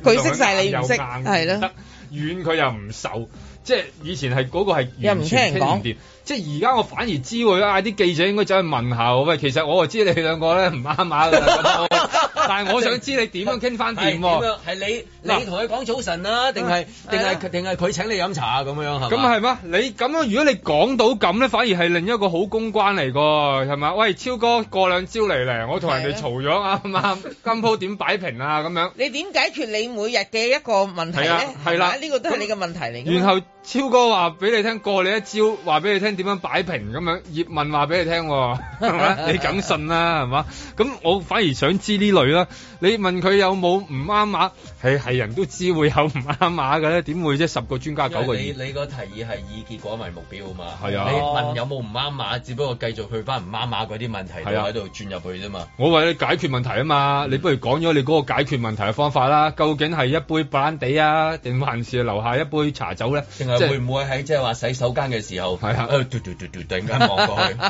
F: 佢
D: 佢識晒你唔識
F: 又硬
D: 係咯
F: 得遠佢又唔受，即係以前係嗰個係
D: 又唔
F: 完
D: 聽人
F: 全傾
D: 講
F: 唔掂。即係而家我反而知喎，嗌啲記者應該走去問下喎，喂，其實我就知你兩個咧唔啱啊碼㗎啦，咁我啊但係我想知你點樣傾翻
B: 係
F: 掂
B: 點
F: 喎。
B: 樣？啊係你
F: 嗱啊
B: 你同佢講早晨啦，定係定係定係佢請你飲茶啊咁樣係
F: 咁
B: 嘛？
F: 係嘛？你咁樣，如果你講到咁咧，反而係另一個好公關嚟㗎，係嘛？喂，超哥，過兩招嚟嚟，我同人
D: 啊
F: 哋嘈咗啱唔啱？今鋪點擺平啊？咁樣，
D: 你點解決你每日嘅一個問題
F: 係
D: 咧
F: 啊？係啦
D: 係咪呢個都係你嘅問題嚟㗎嘛。
F: 然後超哥話俾你聽，過你一招，話俾你聽點樣擺平咁樣。葉問話俾你聽
B: [LAUGHS]
F: 喎，係嘛？你梗信啦，係嘛？咁我反而想知呢類啦。你問佢有冇唔啱碼？係係人都知會有唔啱碼嘅咧，點會啫？十個專家九
B: 因
F: 個
B: 為
F: 二。
B: 你你個提議係以結果為目標啊嘛，
F: 係啊
B: 你問有冇唔啱碼，只不過繼續去翻唔啱碼嗰啲問題度
F: 係啊
B: 喺度轉入去啫嘛。
F: 我為你解決問題啊
B: 嗯
F: 嘛，你不如講咗你嗰個解決問題嘅方法啦。究竟係一杯白蘭地啊，定還是留下一杯茶酒咧？
B: 定係會
F: 係
B: 唔會喺即係話洗手間嘅時候，係啊，嘟嘟嘟嘟突然間望過去，
D: [LAUGHS]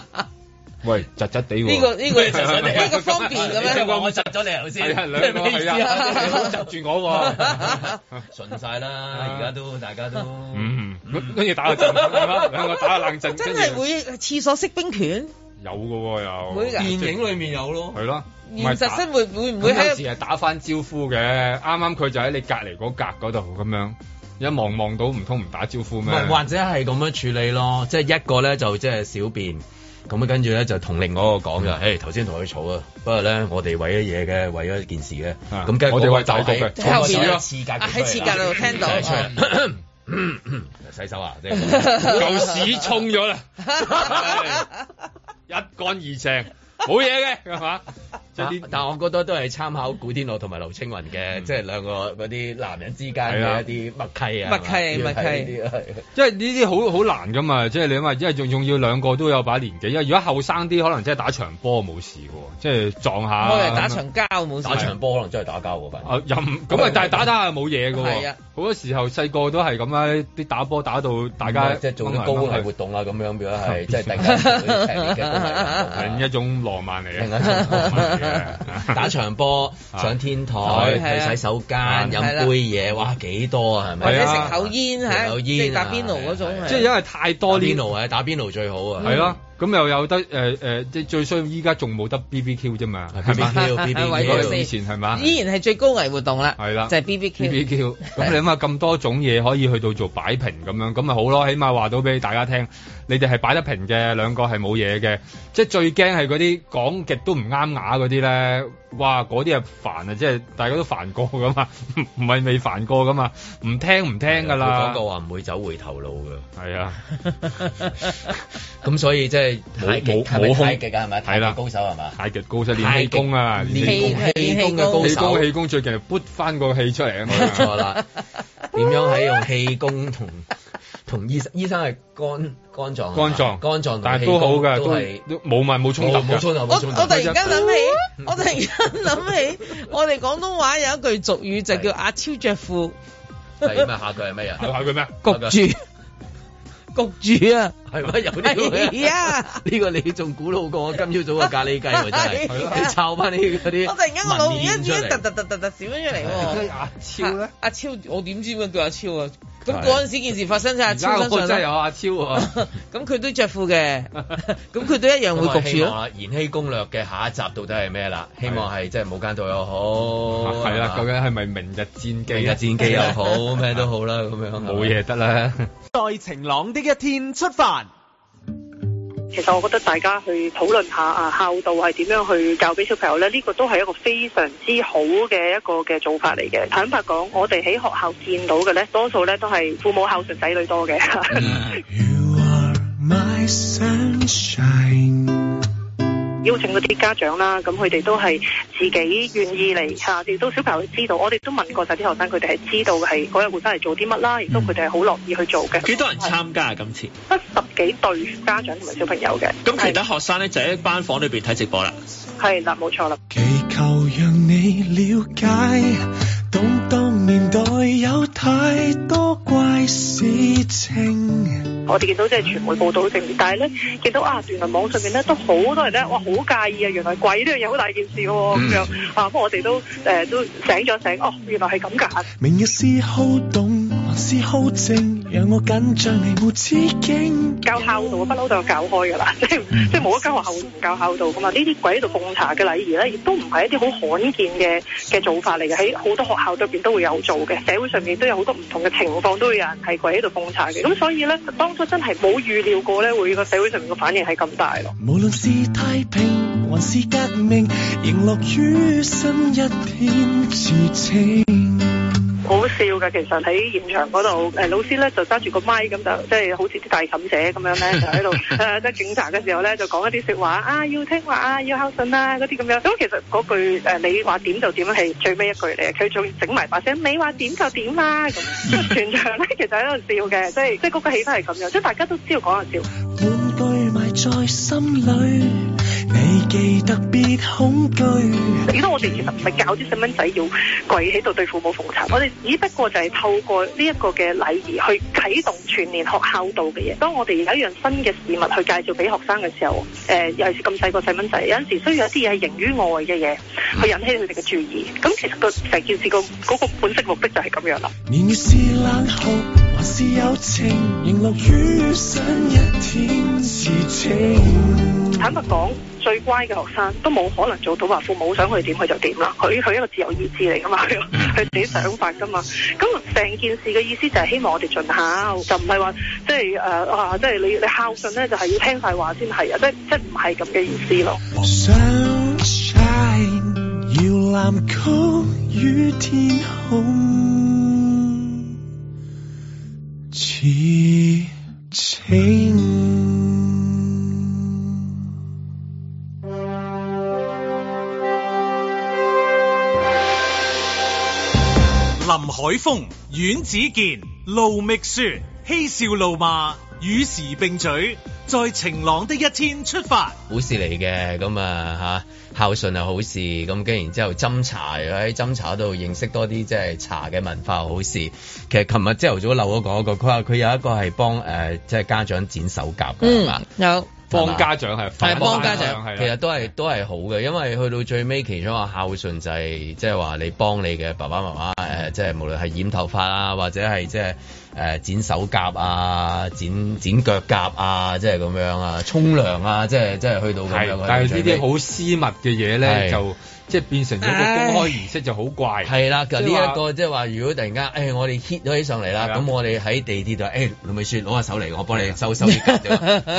F: 喂窒窒地喎？
B: 呢個呢個呢個
D: 方便嘅咩
B: 即係話我窒咗你頭先，
F: 係啊兩個
B: 咩意思
F: 係啊，你唔好窒 [LAUGHS] 住我
B: [LAUGHS] 喎，順晒啦，而家都大家都
F: 嗯，跟住打個陣係嘛，兩個打個冷震，
B: 啊
D: 真
F: 跟
D: 係
F: 住
D: 會廁所式冰拳，
F: 有嘅喎又。
D: 會㗎
B: 電影裏面有咯，
F: 係咯，唔
D: 現
F: 係
D: 實
F: 打
D: 生活會唔會
F: 咁有
D: 喺
F: 時係啊打翻招呼嘅，啱啱佢就喺你隔離嗰格嗰度咁樣，一望望到唔通唔打招呼
B: 唔
F: 咩？
B: 係或者係咁樣處理咯，即係一個咧就即係小便。咁啊跟住咧就同另外一個
F: 嗯
B: 講就，誒頭先同佢嘈啊，不過咧我哋為咗嘢嘅，為咗一件事嘅，咁跟住
F: 啊我哋為
B: 就
F: 大局嘅
B: 喺
D: 後面
B: 喺
D: 啊
B: 廁格
D: 啊喺廁格度聽到
B: 係出嚟 [LAUGHS] 洗手啊，
F: [LAUGHS]
B: 即係啊
F: 舊屎沖
B: [LAUGHS] 啊
F: 咗啦，一乾二淨，冇嘢嘅係嘛？即係嗯
B: 但但我覺得都係參考古天樂同埋劉青雲嘅，即係兩個嗰啲男人之間
F: 係啊
B: 嘅一啲默契啊，
F: 默契
B: 係嘛
F: 默契
B: 要睇呢啲哎係
F: 因為呢啲好好難噶嘛，即係你諗下，因為仲仲要兩個都有把年紀，因為如果後生啲，可能真係打場波冇事嘅喎，即係撞下。
D: 我哦哋打場交冇事。
F: 打場
B: 波可能真係啊打交喎，
F: 啊任咁
B: [LAUGHS]
F: 啊，但係打打下冇嘢嘅
D: 係
F: 喎
D: 啊。
F: 好多時候細個都係咁啦，啲打波打到大家
B: 啊即係做啲高
F: 掹嚟掹
B: 危
F: 去
B: 活動啊，咁樣變咗係即係突然 [LAUGHS] 間做啲劇烈嘅高危活動
F: 另一種浪漫嚟
B: 啊另一
F: 嘅
B: 種浪
F: [LAUGHS]
B: 漫 [LAUGHS] 嚟嘅，打場 [LAUGHS] 波上天台
F: 係
B: 去洗手間
F: 係
B: 飲杯嘢，哇幾多啊啊係咪？
F: 或者
B: 係啊啊
F: 食
D: 口煙嚇
B: 食口煙
D: 食打邊爐嗰種係
F: 即係因為太多呢
B: 打邊爐啊，打邊爐最好啊，
F: 係咯，咁又有得誒誒，即係最衰依家仲冇得 B B Q 啫
B: 啊
F: 嘛，係嘛
B: BBQ BBQ [LAUGHS]
F: 嗰個以前係
B: 啊
F: 嘛？
D: 依然係最高危活動啦，
F: 係啦，
D: 就係 B B Q。
F: B B Q。咁你諗下咁多種嘢可以去到做擺平咁樣，咁咪好咯，起碼話到俾大家聽，你哋係擺得平嘅，兩個係冇嘢嘅。即係最驚係嗰啲講極都唔啱牙嗰啲咧，哇！嗰啲係煩啊，即係大家都煩過噶嘛，唔係未煩過噶嘛，唔聽唔聽㗎啦。
B: 佢講過話唔會走回頭路㗎。
F: 係啊，
B: 咁所以即係太極
F: 冇
B: 係咪
F: 冇空
B: 太極啊？係咪
F: 係
B: 太
F: 啦
B: 極高手係嘛？
F: 太極高手練氣功啊，
B: 太極練氣氣功嘅高手
F: 氣功氣功最近係撥翻個氣出嚟啊嘛，
B: 冇錯啦。
D: [LAUGHS]
B: 點樣喺用氣功同同醫生醫生係肝肝臟係嘛
F: [LAUGHS] 肝臟
B: 肝臟同
F: 但
B: 氣
F: 係都好
B: 功
F: 嘅，
B: 都係
F: 都冇埋冇衝突
B: 冇冇衝突
D: 我
B: 冇衝突
D: 我突然間諗
B: 嗯
D: 起，我突然間諗起，我哋廣東話有一句俗語就叫阿超着褲，
B: 係咩？下句係咩啊？
F: 下句
B: [LAUGHS]
F: 咩？
D: 焗住。焗住啊！
B: 係咪有呢個嘅
D: 係啊！
B: 呢個你仲古老過我今朝早嘅咖喱雞喎，真
D: [LAUGHS] 係
B: 係
D: 啊
B: 你抄翻呢嗰啲
D: 我突然間個腦
B: 文
D: 而
B: 獻
D: 家
B: 出
D: 而家
B: 嚟
D: 突突突突突閃咗出嚟
B: 係
D: 喎。
F: 阿超咧？
D: 啊阿超，我點知咩叫阿超啊？咁
F: 係
D: 嗰陣時件事發生喺阿
F: 而家
D: 啊超
F: 個
D: 身
F: 波真
D: 上
F: 係有啊
D: 啦。
F: 阿超
D: [LAUGHS]
F: 喎。
D: 咁佢都着褲嘅，咁佢都一樣會
B: 咁我
D: 焗
B: 希
D: 住
B: 望
D: 咯。
B: 啊延禧攻略嘅下一集到底係咩啦？希望係即係無間道又好，
F: 啊係啦，
B: 係嘛
F: 究竟係咪明日戰啊機？
B: 明日戰機又好，咩都好啦，咁樣
F: 冇嘢得啦。
A: 在晴朗的一天出發。
Q: 其實我覺得大家去討論下啊，孝道係點樣去教俾小朋友呢？呢、個都係一個非常之好嘅一個嘅做法嚟嘅。坦白講，我哋喺學校見到嘅呢，多數呢都係父母孝順仔女多嘅。
P: My sunshine，
Q: [LAUGHS] 邀請嗰啲家長啦，咁佢哋都係自己願意嚟嚇，亦都小朋友知道。我哋都問過晒啲學生，佢哋係知道係嗰日會翻嚟做啲乜啦，亦
I: 嗯
Q: 都佢哋係好樂意去做嘅。
R: 幾多人參加啊？今次
Q: 得十幾對家長同埋小朋友嘅，
R: 咁其他學生咧就喺班房裏邊睇直播啦。
Q: 係啦，冇錯啦。
P: 求讓你了解，動盪年代有太多怪事情。
Q: 我哋見到即係傳媒報道正面，但係咧見到啊，原來網上面咧都好多人咧，哇，好介意啊！原來鬼呢樣嘢好大件事喎、咁樣啊，咁我哋都誒、呃都醒咗醒，哦，原來係咁㗎。
P: 明日是好動還是好靜，讓我緊張你沒止境。
Q: 教孝道不嬲都有教開㗎啦， [LAUGHS] 即係即係冇一間學校會唔教孝道㗎嘛。呢啲鬼喺度奉茶嘅禮儀咧，亦都唔係一啲好罕見嘅嘅做法嚟嘅，喺好多學校入邊都會有做嘅，社會上面都有好多唔同嘅情況都會有人係鬼喺度奉茶嘅。咁所以咧，當初真係冇預料過咧，會個社會上面個反應係咁大咯。
P: 無論是太平還是革命，仍樂於新一天自清。
Q: 好好笑㗎，其實喺現場嗰度，誒老師咧就揸住個咪咁就即係好似啲大冚者咁樣咧，就喺度誒即係警察嘅時候咧就講一啲説話啊，要聽話啊，要孝順啊嗰啲咁樣。咁其實嗰句誒、你話點就點係最尾一句嚟嘅，佢仲整埋把聲你話點就點啦咁。即係全場咧其實喺度笑嘅，即係即係嗰個氣氛係咁樣，即係大家都知道講人笑。
P: 玩具埋在心裏，你記得別恐懼。
Q: 如果我哋其實唔係教啲細蚊仔要跪喺度對父母奉茶，我哋只不過就係透過呢一個嘅禮儀去啟動全年學校道嘅嘢。當我哋有一樣新嘅事物去介紹俾學生嘅時候，誒、尤其是咁細個細蚊仔，有陣時需要一啲嘢係形於外嘅嘢去引起佢哋嘅注意。咁其實個成件事個嗰個本色目的就係咁樣啦。
P: 年月是冷酷，還是友情，仍樂於新一天事情。
Q: 坦白講，最乖嘅學生都冇可能做到話父母想佢點佢就點啦。佢佢一個自由意志嚟噶嘛，佢佢自己想法噶嘛。咁成件事嘅意思就係希望我哋盡孝，就唔係話即係誒啊，即係你你孝順咧就係要聽晒話先係啊，即即唔係咁嘅意思咯。
P: Sunshine，搖籃曲與天空似情。
A: 林海峰、阮子健、路觅雪，嬉笑怒罵，與時並舉，在晴朗的一天出發。
B: 好事嚟嘅，咁啊嚇孝順係好事，咁跟然之後斟茶又喺斟茶度認識多啲即係茶嘅文化好事。其實琴日朝頭早漏咗講一個，佢話佢有一個係幫誒、呃即係家長剪手甲㗎係嘛
D: 嗯，有
F: 幫家長係幫
B: 係幫
F: 家
B: 家
F: 長
B: 長
F: 係啦
B: 其實都係都係好嘅，因為去到最尾，其中一個孝順就係即係話你幫你嘅爸爸媽媽誒，即係無論係染頭髮啊，或者係即係誒剪手甲啊、剪剪腳甲啊，即係咁樣啊，沖涼啊，即係即係去到咁樣
F: 係。
B: 啊
F: 但係呢啲好
B: 事
F: 私密嘅嘢咧，
B: 係
F: 就即係變成咗個公開儀式就好怪。
B: 係啦，
F: 即
B: 咁
F: 係
B: 呢
F: 話
B: 一個即係話，如果突然間，誒、哎我哋 hit 咗起上嚟啦，咁我哋喺地鐵度，誒、老美雪攞下手嚟，我幫你收收啲
F: [LAUGHS]
B: 甲啫嘛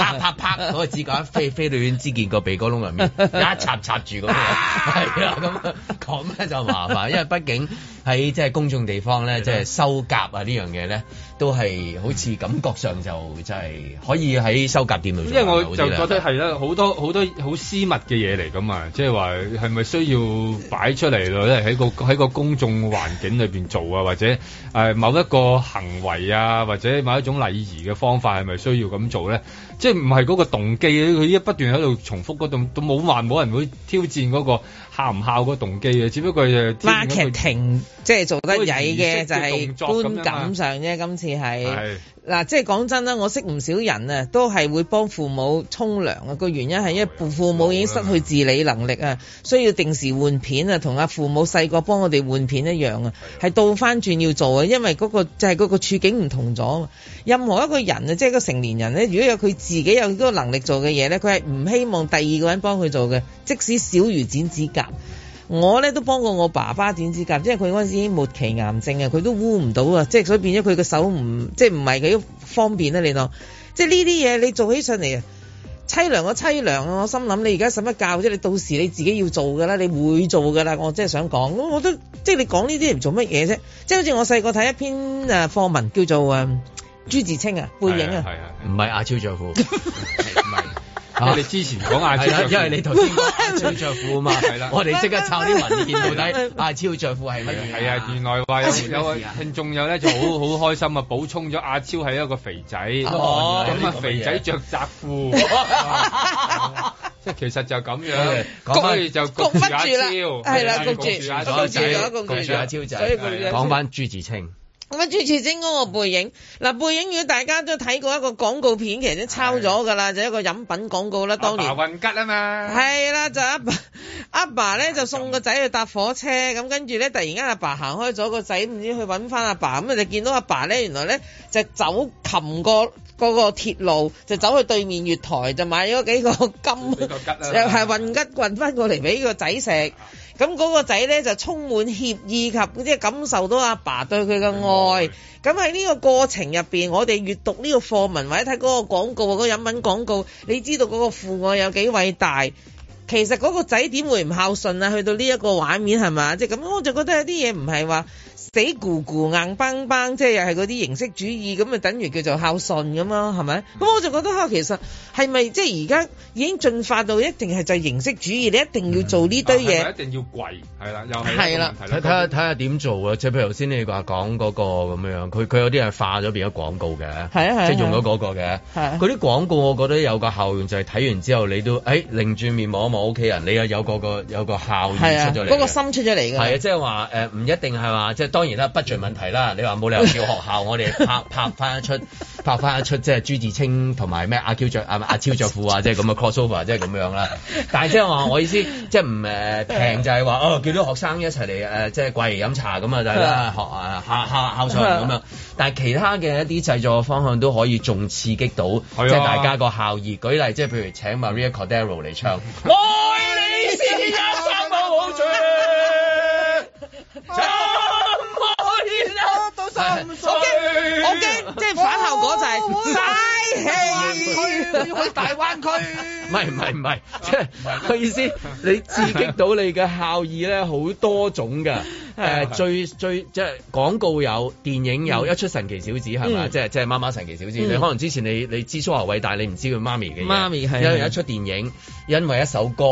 B: 啪啪啪，嗰個指甲一飛飛到遠之見個鼻哥窿
F: [LAUGHS]
B: 入面，一插插住咁樣，係啦，咁啊講咧就麻
F: [LAUGHS]
B: 煩，因為畢竟喺即係公眾地方咧，即係收甲啊呢樣嘢咧，都係好似感覺上就真係可以喺收甲店度做
F: 因
B: 得
F: 為
B: 好
F: 我
B: 啲啦，
F: 就覺得係啦，好多好多好私密嘅嘢嚟噶嘛，即係話係咪需要擺出嚟咯？咧喺個喺個公眾環境裏邊做啊，或者誒、呃某一個行為啊，或者某一種禮儀嘅方法係咪需要咁做咧？即係唔係嗰個動機，佢一不斷喺度重複嗰度，都冇話冇人會挑戰嗰個效唔效嗰個動機嘅，只不過係挑戰嗰個
D: marketing 即係做得曳嘅
F: 嗰
D: 就
F: 個儀式嘅動
D: 係
F: 作咁樣啊
D: 觀感上啫，今次係
F: 係。
D: 嗱，即係講真啦，我識唔少人啊，都係會幫父母沖涼啊。個原因係因為父母已經失去自理能力啊，需要定時換片啊，同阿父母細個幫我哋換片一樣啊，係倒翻轉要做啊，因為嗰個就係嗰個處境唔同咗啊嘛。任何一個人啊，即係個成年人咧，如果有佢自己有嗰個能力做嘅嘢咧，佢係唔希望第二個人幫佢做嘅，即使小如剪指甲。我咧都幫過我爸爸剪指甲，因為佢嗰陣時已經末期癌症啊，佢都污唔到啊，即係所以變咗佢個手唔即係唔係幾方便啦，啊你當即係呢啲嘢你做起上嚟啊，凄涼我凄涼啊！我心諗你而家使乜教啫？你到時你自己要做㗎啦，你會做㗎啦，我真係想講，咁我都即係你講呢啲嚟做乜嘢啫？即係好似我細個睇一篇誒課文叫做誒朱自清啊背影啊。
B: 唔係亞超著褲， [LAUGHS]
F: 我哋之前講亞超
B: 啊係啦
F: 著褲
B: 因為你頭先講亞超著褲啊嘛，
F: 係啦
B: 我哋即刻抄啲文獻到底亞超著褲係乜嘢？
F: 係啊，原來話有有位聽眾有咧就好好開心啊，補充咗阿超係一個肥仔，
B: 哦
F: 咁啊肥仔着窄褲，哇即係其實就咁樣，
B: 講返
F: 所以就
B: 焗
F: 焗住阿
D: 住
F: 超，
D: 啦係啦
F: 就
D: 焗住
F: 阿超
D: 焗住咗焗住
B: 講住阿
D: [LAUGHS]
B: 超仔，
D: 所以佢
B: 講翻朱自清。
D: 咁啊，朱自清嗰個背影，嗱背影如果大家都睇過一個廣告片，其實都抄咗㗎啦，就一個飲品廣告啦，當年
F: 阿。爸運吉啊嘛，
D: 係啦，就阿爸 [LAUGHS] 阿爸咧就送個仔去搭火車，咁跟住咧突然間阿爸行開咗，個仔唔知去揾翻阿爸，咁啊就見到阿爸咧原來咧就走擒過嗰個鐵路，就走去對面月台就買咗幾個金，就係運吉運翻過嚟俾個仔食。咁嗰個仔咧就充滿歉意及即係感受到阿爸對佢嘅愛。咁喺呢個過程入邊，我哋閱讀呢個課文或者睇嗰個廣告、嗰、個飲品廣告，你知道嗰個父愛有幾偉大。其實嗰個仔點會唔孝順啊？去到呢一個畫面係嘛？即係咁，我就覺得有啲嘢唔係話死咕咕硬邦邦，即係又係嗰啲形式主義咁，咪等於叫做孝順咁咯，係咪？咁我就覺得啊，其實係咪即係而家已經進化到一定係就係形式主義，你一定要做呢堆
F: 啊
D: 嘢
F: 係咪一？定要跪，係啦，又係一個
D: 係啦
F: 問題
B: 睇睇下睇下點做啊！即係譬如頭先你話講嗰個咁樣，佢佢有啲係化咗變咗廣告嘅，
D: 係啊係啊
B: 即係用咗嗰個嘅。
D: 係啊
B: 嗰啲廣告我覺得有個效用就係睇完之後你都誒擰住面望一望屋企人，你又有個個有個效應
D: 係啊，
B: 哦出咗嚟嘅。
D: 嗰個心出咗嚟㗎。
B: 係啊，即係話誒，唔一定係話，即係當然啦，不盡問題啦。你話冇理由叫學校我哋拍拍翻一出，拍翻一出即係朱自清同埋咩阿 Q 着啊阿超着褲啊，即係咁嘅 crossover，即係咁樣啦。但係即係話我意思，即係唔誒平就係話哦，叫啲學生一齊嚟誒，即係跪嚟飲茶咁啊，就係啦，學啊下下孝順咁樣。但係其他嘅一啲製作方向都可以仲刺激到，
F: 啊
B: 即係大家個效益。舉例，即係譬如請 Maria Cordero 嚟唱。 [LAUGHS] 你
M: 愛
B: 是一生
F: [LAUGHS]
B: 冇好處。
D: 到心碎，我驚我驚，即係反效果就係
B: 哦
D: 嘥氣，去大灣區。
B: 唔係唔係唔係，即係佢意思，你刺激到你嘅效意咧好多種㗎，誒最最即係廣告有，電影有，
S: 嗯
B: 一出神奇小子係嘛，
S: 嗯
B: 即係即係媽媽神奇小子。
S: 嗯
B: 你可能之前你你知蘇華偉，但係你唔知佢媽咪嘅嘢。
S: 媽咪係
B: 因為一出電影，因為一首歌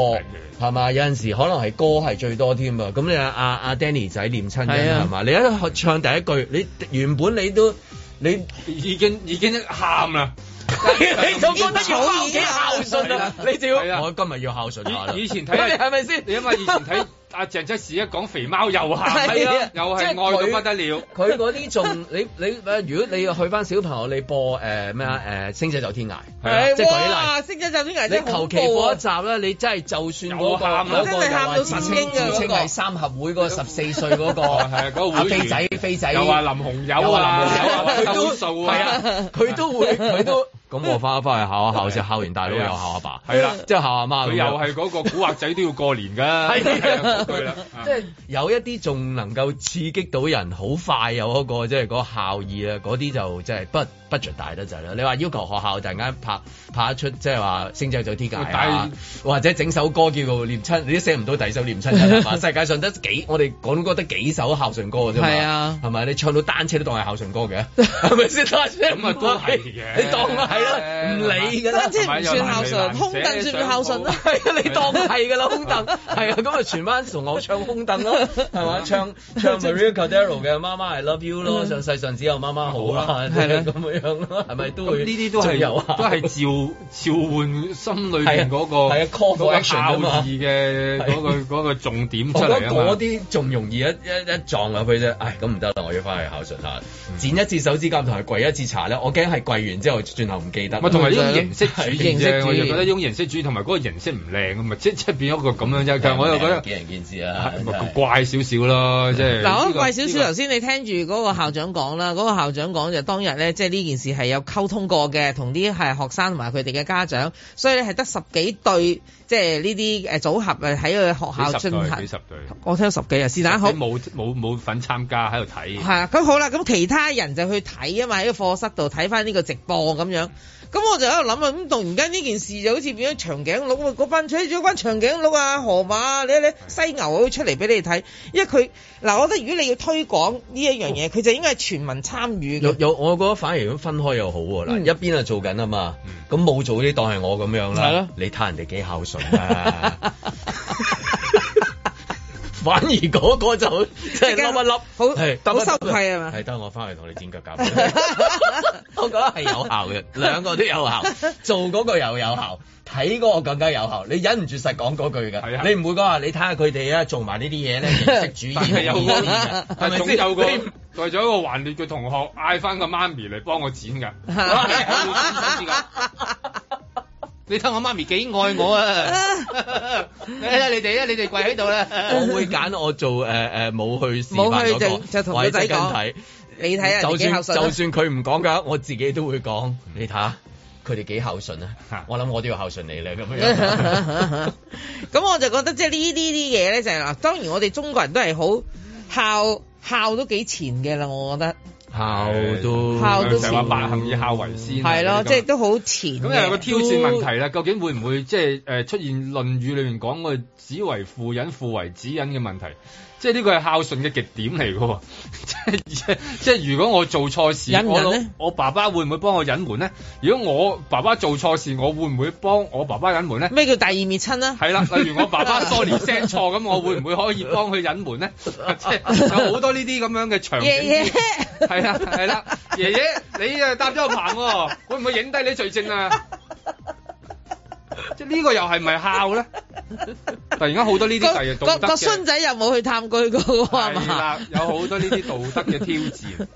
B: 係嘛，有陣時可能係歌係最多添啊。咁你阿阿阿 Danny 仔念親
F: 係
B: 音
F: 啊
B: 係嘛？你一唱第一句，你原本你都你
F: 已經已經喊
B: [LAUGHS]
F: 啦。
B: 你就覺得要
F: 已
B: 幾
F: 經
B: 孝順啦，你就要我今日要孝順下啦。
F: 以以前
B: 你
F: 睇
B: [LAUGHS] 係咪先？
F: 你因為以前
B: [LAUGHS]
F: 睇阿鄭則仕一講肥貓又喊，
B: 係啊
F: 又
B: 即
F: 係
B: 係
F: 愛
B: 佢
F: 到不得了。
B: 佢嗰啲仲 [LAUGHS] 你你呃如果你去翻小朋友，你播誒咩啊
F: 嗯
B: 誒星仔走天涯，
F: 啊
B: 即係舉
D: 哇！識咗就邊個
B: 例，
D: 真
B: 你
D: 係
B: 求
D: 恐
B: 其播一
D: 怖啊
B: 集啦，你真係就算嗰個
D: 喊啊
B: 嗰
D: 真
B: 個
D: 係喊到
B: 自稱
D: 神經啊
B: 自稱
D: 嗰個
B: 係三合會嗰個十四歲嗰個，
F: 哦啊係啊嗰個會
B: 阿飛
F: 員
B: 仔飛仔，
F: 又話林紅友啊
B: 又話林
F: 又話
B: 紅友佢
F: 收數
B: 都
F: 啊
B: 係啊，佢都會
F: [LAUGHS]
B: 佢都。咁我翻翻去考下考先，考完大佬又考阿爸，
F: 啊係啦
B: 即係考阿媽
F: 佢
B: 咁樣。
F: 又係嗰個古惑仔都要過年㗎，係啊嗰句啦。
B: 即係有一啲仲能夠刺激到人，好快有嗰、個即係嗰個效益啦，嗰啲就即係不 budget 大得滯啦。你話要求學校突然間拍拍一出即係話星仔走天涯啊
F: 但，
B: 或者整首歌叫做念親，你都寫唔到第二首念親人
F: [LAUGHS]
B: 係嘛？世界上得幾我哋廣東歌得幾首孝順歌嘅啫嘛，
D: 係啊，
B: 係咪？你唱到單車都當係孝順歌
F: [LAUGHS]
B: 嘅，係咪先？單車
F: 咁啊都係嘅
B: 你當係啦，唔理㗎啦，
D: 單車唔算孝順，空凳算唔算孝順
F: [LAUGHS]
D: 啦？
B: 係啊，你當係㗎啦，空 [LAUGHS] 凳係啊，咁啊，全班同我唱空凳 [LAUGHS] 咯，係嘛？唱
F: [LAUGHS]
B: 唱 Maria Cordero 嘅媽媽 I Love You 咯，上世上只有媽媽好 [LAUGHS] 啦，
F: 嗯啊係啦
B: 咁樣
F: [LAUGHS]
B: 咯，係咪都
F: 咁
B: 會
F: 呢啲都係
B: 仲有啊？
F: 都係召召喚心裏邊嗰個
B: 係啊係啊
F: 嗰
B: ，call for
F: 個
B: action 啊嘛
F: 孝義嘅嗰個嗰個重點出
B: 我覺
F: 嚟
B: 得
F: 啊嘛
B: 嗰啲仲容易一一一撞入去啫，唉咁唔得啦，我要翻去孝順下，
F: 嗯
B: 剪一次手指甲同埋跪一次茶咧，我驚係跪完之後轉頭唔記得。
F: 咪同埋呢種形
B: [LAUGHS]
F: 式主義啊
B: 係
F: 啫，我就覺得呢種形式主義同埋嗰個形式唔靚啊嘛，即即係變咗個咁樣啫。但係啊我又覺得
B: 見仁見智啊，真係
F: 怪少少咯，即係
D: 嗱，
F: 呢
D: 我
F: 個
D: 怪少
F: 呢個
D: 少，頭先你聽住嗰個校長講啦，嗰、個校長講就當日咧，即係呢件事係有溝通過嘅，同啲係學生同埋佢哋嘅家長，所以咧係得十幾對，即係呢啲誒組合誒喺佢學校
F: 幾十
D: 進
F: 對
D: 行
F: 幾。十對，
D: 我聽十幾啊，是但好
F: 你冇冇冇份參加喺度睇，
D: 係啊，咁好啦，咁其他人就去睇啊嘛，喺個課室度睇翻呢個直播咁樣。咁我就喺度諗啊，咁突然間呢件事就好似變咗長頸鹿啊喎，嗰班出咗班長頸鹿啊、河馬啊，你你犀牛啊，會出嚟俾你睇。因為佢嗱，我覺得如果你要推廣呢一樣嘢，佢就應該係全民參與
B: 嗯有
D: [LAUGHS] 嘅。
B: 有，我覺得反而咁分開又好喎。嗱，
D: 嗯
B: 一邊啊做緊啊嘛，咁冇做啲當係我咁樣
D: 係
B: 啦
D: 咯。
B: 你睇人哋幾孝順啊！ [LAUGHS] 反而嗰個就即係粒一粒，
D: 好
B: 係
D: 好羞愧啊嘛
B: 係得我翻去同你剪腳
D: [LAUGHS]
B: 甲，我覺得係有效嘅，兩個都有效，做嗰個又有效。睇嗰個更加有效，你忍唔住實講嗰句
F: 啊
B: 㗎，你唔會講話你睇下佢哋啊做埋呢啲嘢咧形式主義，啊
F: 但係有個
B: 係
F: 但
B: 咪
F: 係總
B: 先？
F: 有個
B: 你
F: 為咗一個頑劣嘅同學嗌翻個媽咪嚟幫我剪㗎。 [LAUGHS] 你睇我媽咪幾愛我 [LAUGHS] 啊！你哋啊，你哋跪喺度
D: [LAUGHS]
F: 啦
B: 我會揀我做誒誒冇去示範
D: 冇
B: 嗰
D: 去
B: 個
D: 就就同
B: 或者
D: 個仔
B: 跟
D: 講
B: 睇
D: [LAUGHS] 你睇下
B: 就
D: 人哋幾
B: 算
D: 孝順啊
B: 就算佢唔講㗎，我自己都會講。你睇下佢哋幾孝順啊！我諗我都要孝順你咧咁
F: [LAUGHS]
B: 樣。
D: [LAUGHS] 咁我就覺得即係呢啲啲嘢咧，就係、嗱，當然我哋中國人都係好孝孝都幾前嘅啦，我覺得
B: 孝都
D: 孝都
F: 成日話百行以孝為先啊，
D: 係咯，
F: 呢啲咁
D: 即係都好前嘅。
F: 咁又有個挑戰問題啦，啊究竟會唔會即係誒出現《論語》裏面講嘅子為父隱，父為子隱嘅問題？即係呢個係孝順嘅極點嚟嘅喎， [LAUGHS] 即係即係如果我做錯事
D: 隱，唔
F: 我
D: 隱
F: 老
D: 呢
F: 我爸爸會唔會幫我隱瞞咧？如果我爸爸做錯事，我會唔會幫我爸爸隱
D: [LAUGHS]
F: 瞞咧？
D: 咩叫第二面親啊？
F: 係啦，例如我爸爸 sorry send 錯，咁我會唔會可以幫佢隱瞞咧？即係有好多呢啲咁樣嘅場景。
D: 爺爺
F: 啊係啦係啦，爺爺你啊搭咗個棚喎，會唔會影低你罪證啊？即係呢個又係咪孝咧？突然間好多呢啲就係道
D: 個
F: 德
D: 個
F: 嘅
D: 孫仔又冇去探佢個喎，係
F: 係啦
D: 嘛？，
F: 有好多呢啲道德嘅挑
D: [LAUGHS]
F: 戰，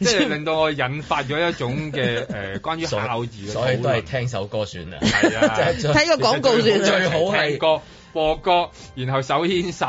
F: 即係令到我引發咗一種嘅誒關於孝義嘅
B: 所以
F: 討
B: 都
F: 論。
B: 係聽首歌
F: [LAUGHS]
B: 算啦。
F: 係
B: [LAUGHS]
F: 啊，
B: 即係睇個廣告算啦
F: 最好係歌播歌，然後手牽 [LAUGHS] 手，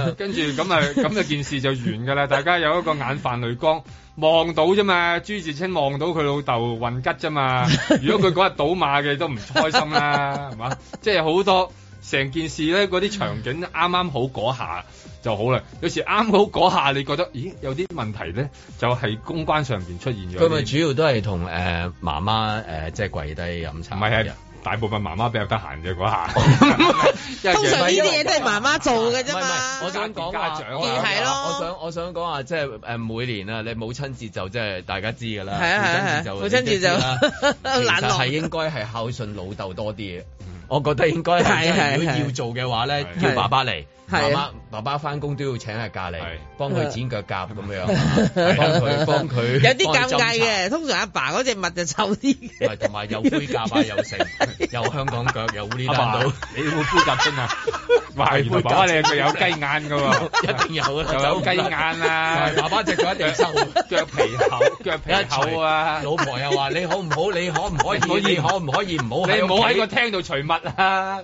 F: 啊跟住咁啊咁就件事就完㗎啦。大家有一個眼泛淚光。望到啫嘛，朱自清望到佢老豆運吉啫嘛。如果佢嗰日賭馬嘅都唔開心 [LAUGHS] 啦，係嘛？即係好多成件事咧，嗰啲場景啱啱好嗰下就好啦。有時啱好嗰下，你覺得咦有啲問題咧，就係、公關上邊出現咗。
B: 呃佢咪主要都係同誒媽媽誒即係跪低飲茶。
F: 唔係係大部分媽媽比較得閒啫嗰
B: [LAUGHS]
F: 下。
M: 通常呢啲嘢都係媽媽做嘅啫
B: 唔係唔
M: 嘛。
B: 係我想講話，
M: 啊係咯
B: 我想我想講話，即係誒每年啊，你母親節就即係大家知㗎啦，
M: 係啊係啊係啊
B: 母親節就
M: [LAUGHS] 母親節就
B: 懶
M: 懶
B: 係
M: 惰
B: 應該係孝順老豆多啲嘅。我覺得應該
M: 係
B: 係，
M: 係
B: 如果
M: 係
B: 要做嘅話咧，
M: 係
B: 叫爸爸嚟，媽
M: 係
B: 媽爸爸翻工都要請下假嚟，幫佢剪腳甲咁樣，
M: 係
B: 幫
M: [LAUGHS]
B: 佢幫佢
M: 有啲
B: 幫佢
M: 尷
B: 斟
M: 尬
B: 茶
M: 嘅，通常阿爸嗰隻襪就臭啲嘅。
B: 同埋有灰甲啊，有
M: [LAUGHS]
B: 成，有香港腳，有烏哩單
F: 阿
B: 刀
F: 爸，你會灰甲真啊？ [LAUGHS] 哇！原來爸爸你係有雞眼㗎喎，
B: [LAUGHS] 一定有啊，
F: 就有雞眼啊！
B: 爸爸隻腳一定瘦，
F: 腳皮厚，腳皮厚啊！
B: 老婆又話你好唔好？你可唔可以？你可唔可以唔好？
F: 你唔好喺個廳度除襪
B: [LAUGHS]
F: 啊！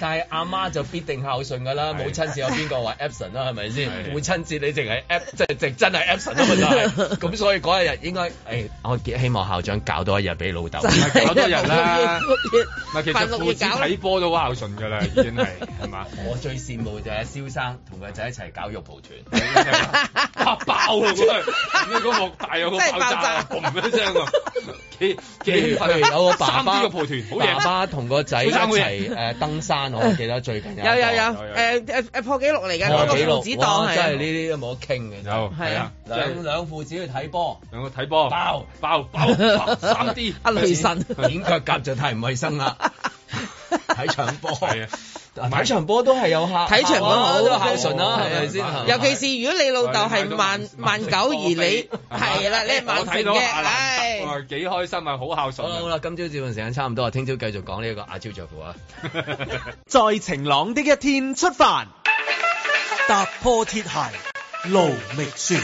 B: 但係阿媽就必定孝順㗎啦，母親節有邊個話 absent 啊啦？係咪先？母親節你淨係 ab 即係即係真係 absent 啊嘛，就係咁，所以嗰一日應該誒，哎我希望校長搞多一日俾老豆，
F: 搞多日啦，唔係其
B: 飯
F: 實
B: 六
F: 父
B: 月
F: 子
B: 搞啦
F: 睇波都好孝順㗎啦，已經係係
B: [LAUGHS]
F: 嘛？
B: 我最羨慕就係蕭生同個仔一齊搞肉蒲團。
F: 哇爆啊！嗰個嗰個幕大有個
B: 真係
F: 爆
B: 爆炸
F: 炸，啊嘣一聲喎，幾幾興
B: 譬
F: 奮
B: 如
F: 啊
B: 有個爸
F: 三
B: 爸，
F: 支嘅蒲團，好嘢！
B: 爸爸同個仔一
F: 好
B: 齊
F: 嘢
B: 誒登山，我記得最近
M: 有
B: 一個
M: 有有，誒誒誒破紀錄嚟嘅
B: 破
M: 嗰個
B: 紀
M: 父
B: 錄
M: 子檔
B: 哇真係呢
M: 係。啊
B: 啲都冇得傾嘅，
F: 有
B: 係啊，
F: 係啊
B: 兩兩父子去睇波，
F: 兩個睇波，
M: 哦
B: 爆
F: 爆爆爆三
M: [LAUGHS]
F: D，
B: 阿
F: [LAUGHS]
B: 雷神剪腳甲就太唔衞生啦，睇場波係啊，睇場波都係有孝，
M: 睇場波好
B: 都孝順啦，係咪先？
M: 尤其是如果你老豆係萬 [LAUGHS] 萬九而你係啦，你係萬
F: 我睇
M: 成
F: 到
M: 嘅，
F: 阿
M: 唉
F: 蘭特，哇幾開心啊，好孝
B: 好啦
F: 順
B: 好
F: 啊。
B: 啦，今朝節目時間差唔多，啊聽朝繼續講呢個阿超着 [LAUGHS] 褲啊。
F: [LAUGHS]
E: 在晴朗的一天出發，踏破鐵鞋路未雪。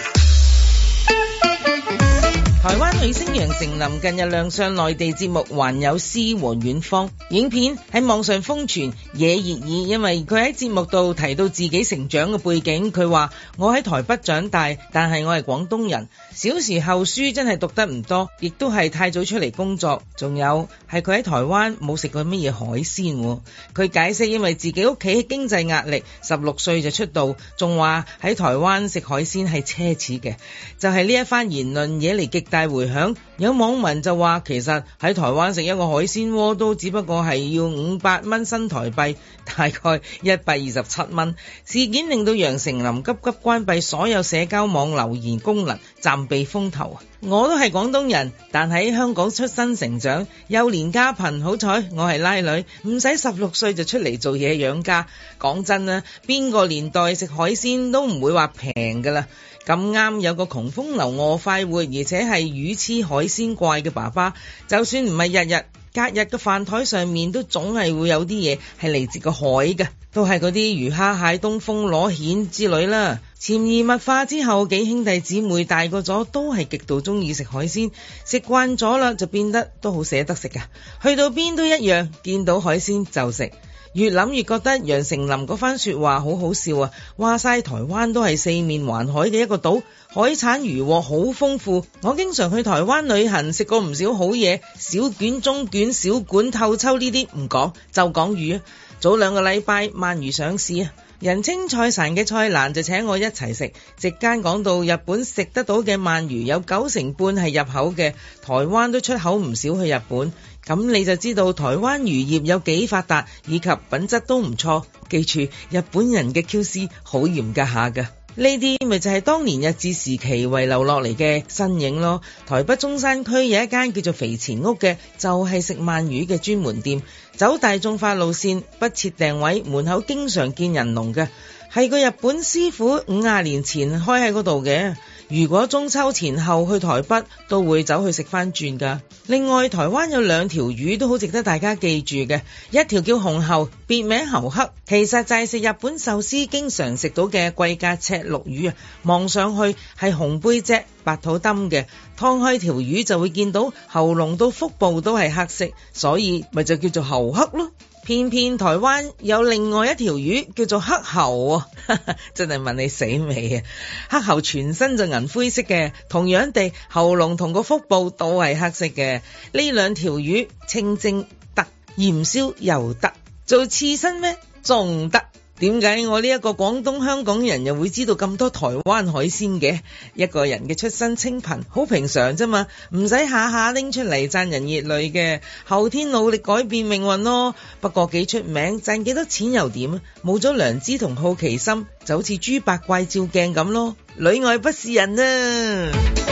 D: 台灣女星楊丞琳近日亮相內地節目《還有詩和遠方》，影片喺網上瘋傳惹熱議，因為佢喺節目度提到自己成長嘅背景，佢話：我喺台北長大，但係我係廣東人，小時候書真係讀得唔多，亦都係太早出嚟工作，仲有係佢喺台灣冇食過乜嘢海鮮喎。佢解釋因為自己屋企經濟壓力，十六歲就出道，仲話喺台灣食海鮮係奢侈嘅。就係呢一番言論惹嚟極大迴響，有網民就話其實喺台灣食一個海鮮鍋都只不過係要五百蚊新台幣，大概 [LAUGHS] 一百二十七蚊。事件令到楊丞琳急急關閉所有社交網留言功能，暫避風頭。啊我都係廣東人，但喺香港出生成長，幼年家貧，好彩我係拉女，唔使十六歲就出嚟做嘢養家。講真啦，邊個年代食海鮮都唔會話平㗎啦。咁啱有個窮風流餓快活，而且係魚翅海鮮怪嘅爸爸，就算唔係日日，隔日嘅飯台上面都總係會有啲嘢係嚟自個海嘅，都係嗰啲魚蝦蟹、東風螺、蜆之類啦。潛移默化之後，幾兄弟姊妹大個咗都係極度中意食海鮮，食慣咗啦就變得都好捨得食㗎，去到邊都一樣，見到海鮮就食。越諗越覺得楊丞琳嗰番説話好好笑啊！話晒台灣都係四面環海嘅一個島，海產漁獲好豐富。我經常去台灣旅行，食過唔少好嘢，小卷、中卷、小管、透抽呢啲唔講，就講魚啊！早兩個禮拜鰻魚上市啊！人稱菜神嘅蔡瀾就請我一齊食，席間講到日本食得到嘅鰻魚有九成半係入口嘅，台灣都出口唔少去日本，咁你就知道台灣漁業有幾發達，以及品質都唔錯。記住，日本人嘅 QC 好嚴格下㗎。呢啲咪就係當年日治時期遺留落嚟嘅身影咯。台北中山區有一間叫做肥前屋嘅，就係食鰻魚嘅專門店，走大眾化路線，不設訂位，門口經常見人龍嘅。係個日本師傅五廿年前開喺嗰度嘅。如果中秋前後去台北，都會走去食翻轉㗎。另外，台灣有兩條魚都好值得大家記住嘅，一條叫紅喉，別名猴黑，其實就係食日本壽司經常食到嘅貴價赤鱲魚啊。望上去係紅背脊、白肚燈嘅，劏開條魚就會見到喉嚨到腹部都係黑色，所以咪就叫做猴黑咯。偏偏台灣有另外一條魚叫做黑猴喎，真係問你死未啊！黑猴全身就銀灰色嘅，同樣地喉嚨同個腹部都係黑色嘅。呢兩條魚清蒸得，鹽燒又得，做刺身咩仲得。點解我呢一個廣東香港人又會知道咁多台灣海鮮嘅？一個人嘅出身清貧，好平常啫嘛，唔使下下拎出嚟讚人熱淚嘅。後天努力改變命運咯。不過幾出名，賺幾多錢又點？冇咗良知同好奇心，就好似豬八怪照鏡咁咯。裏外不是人啊！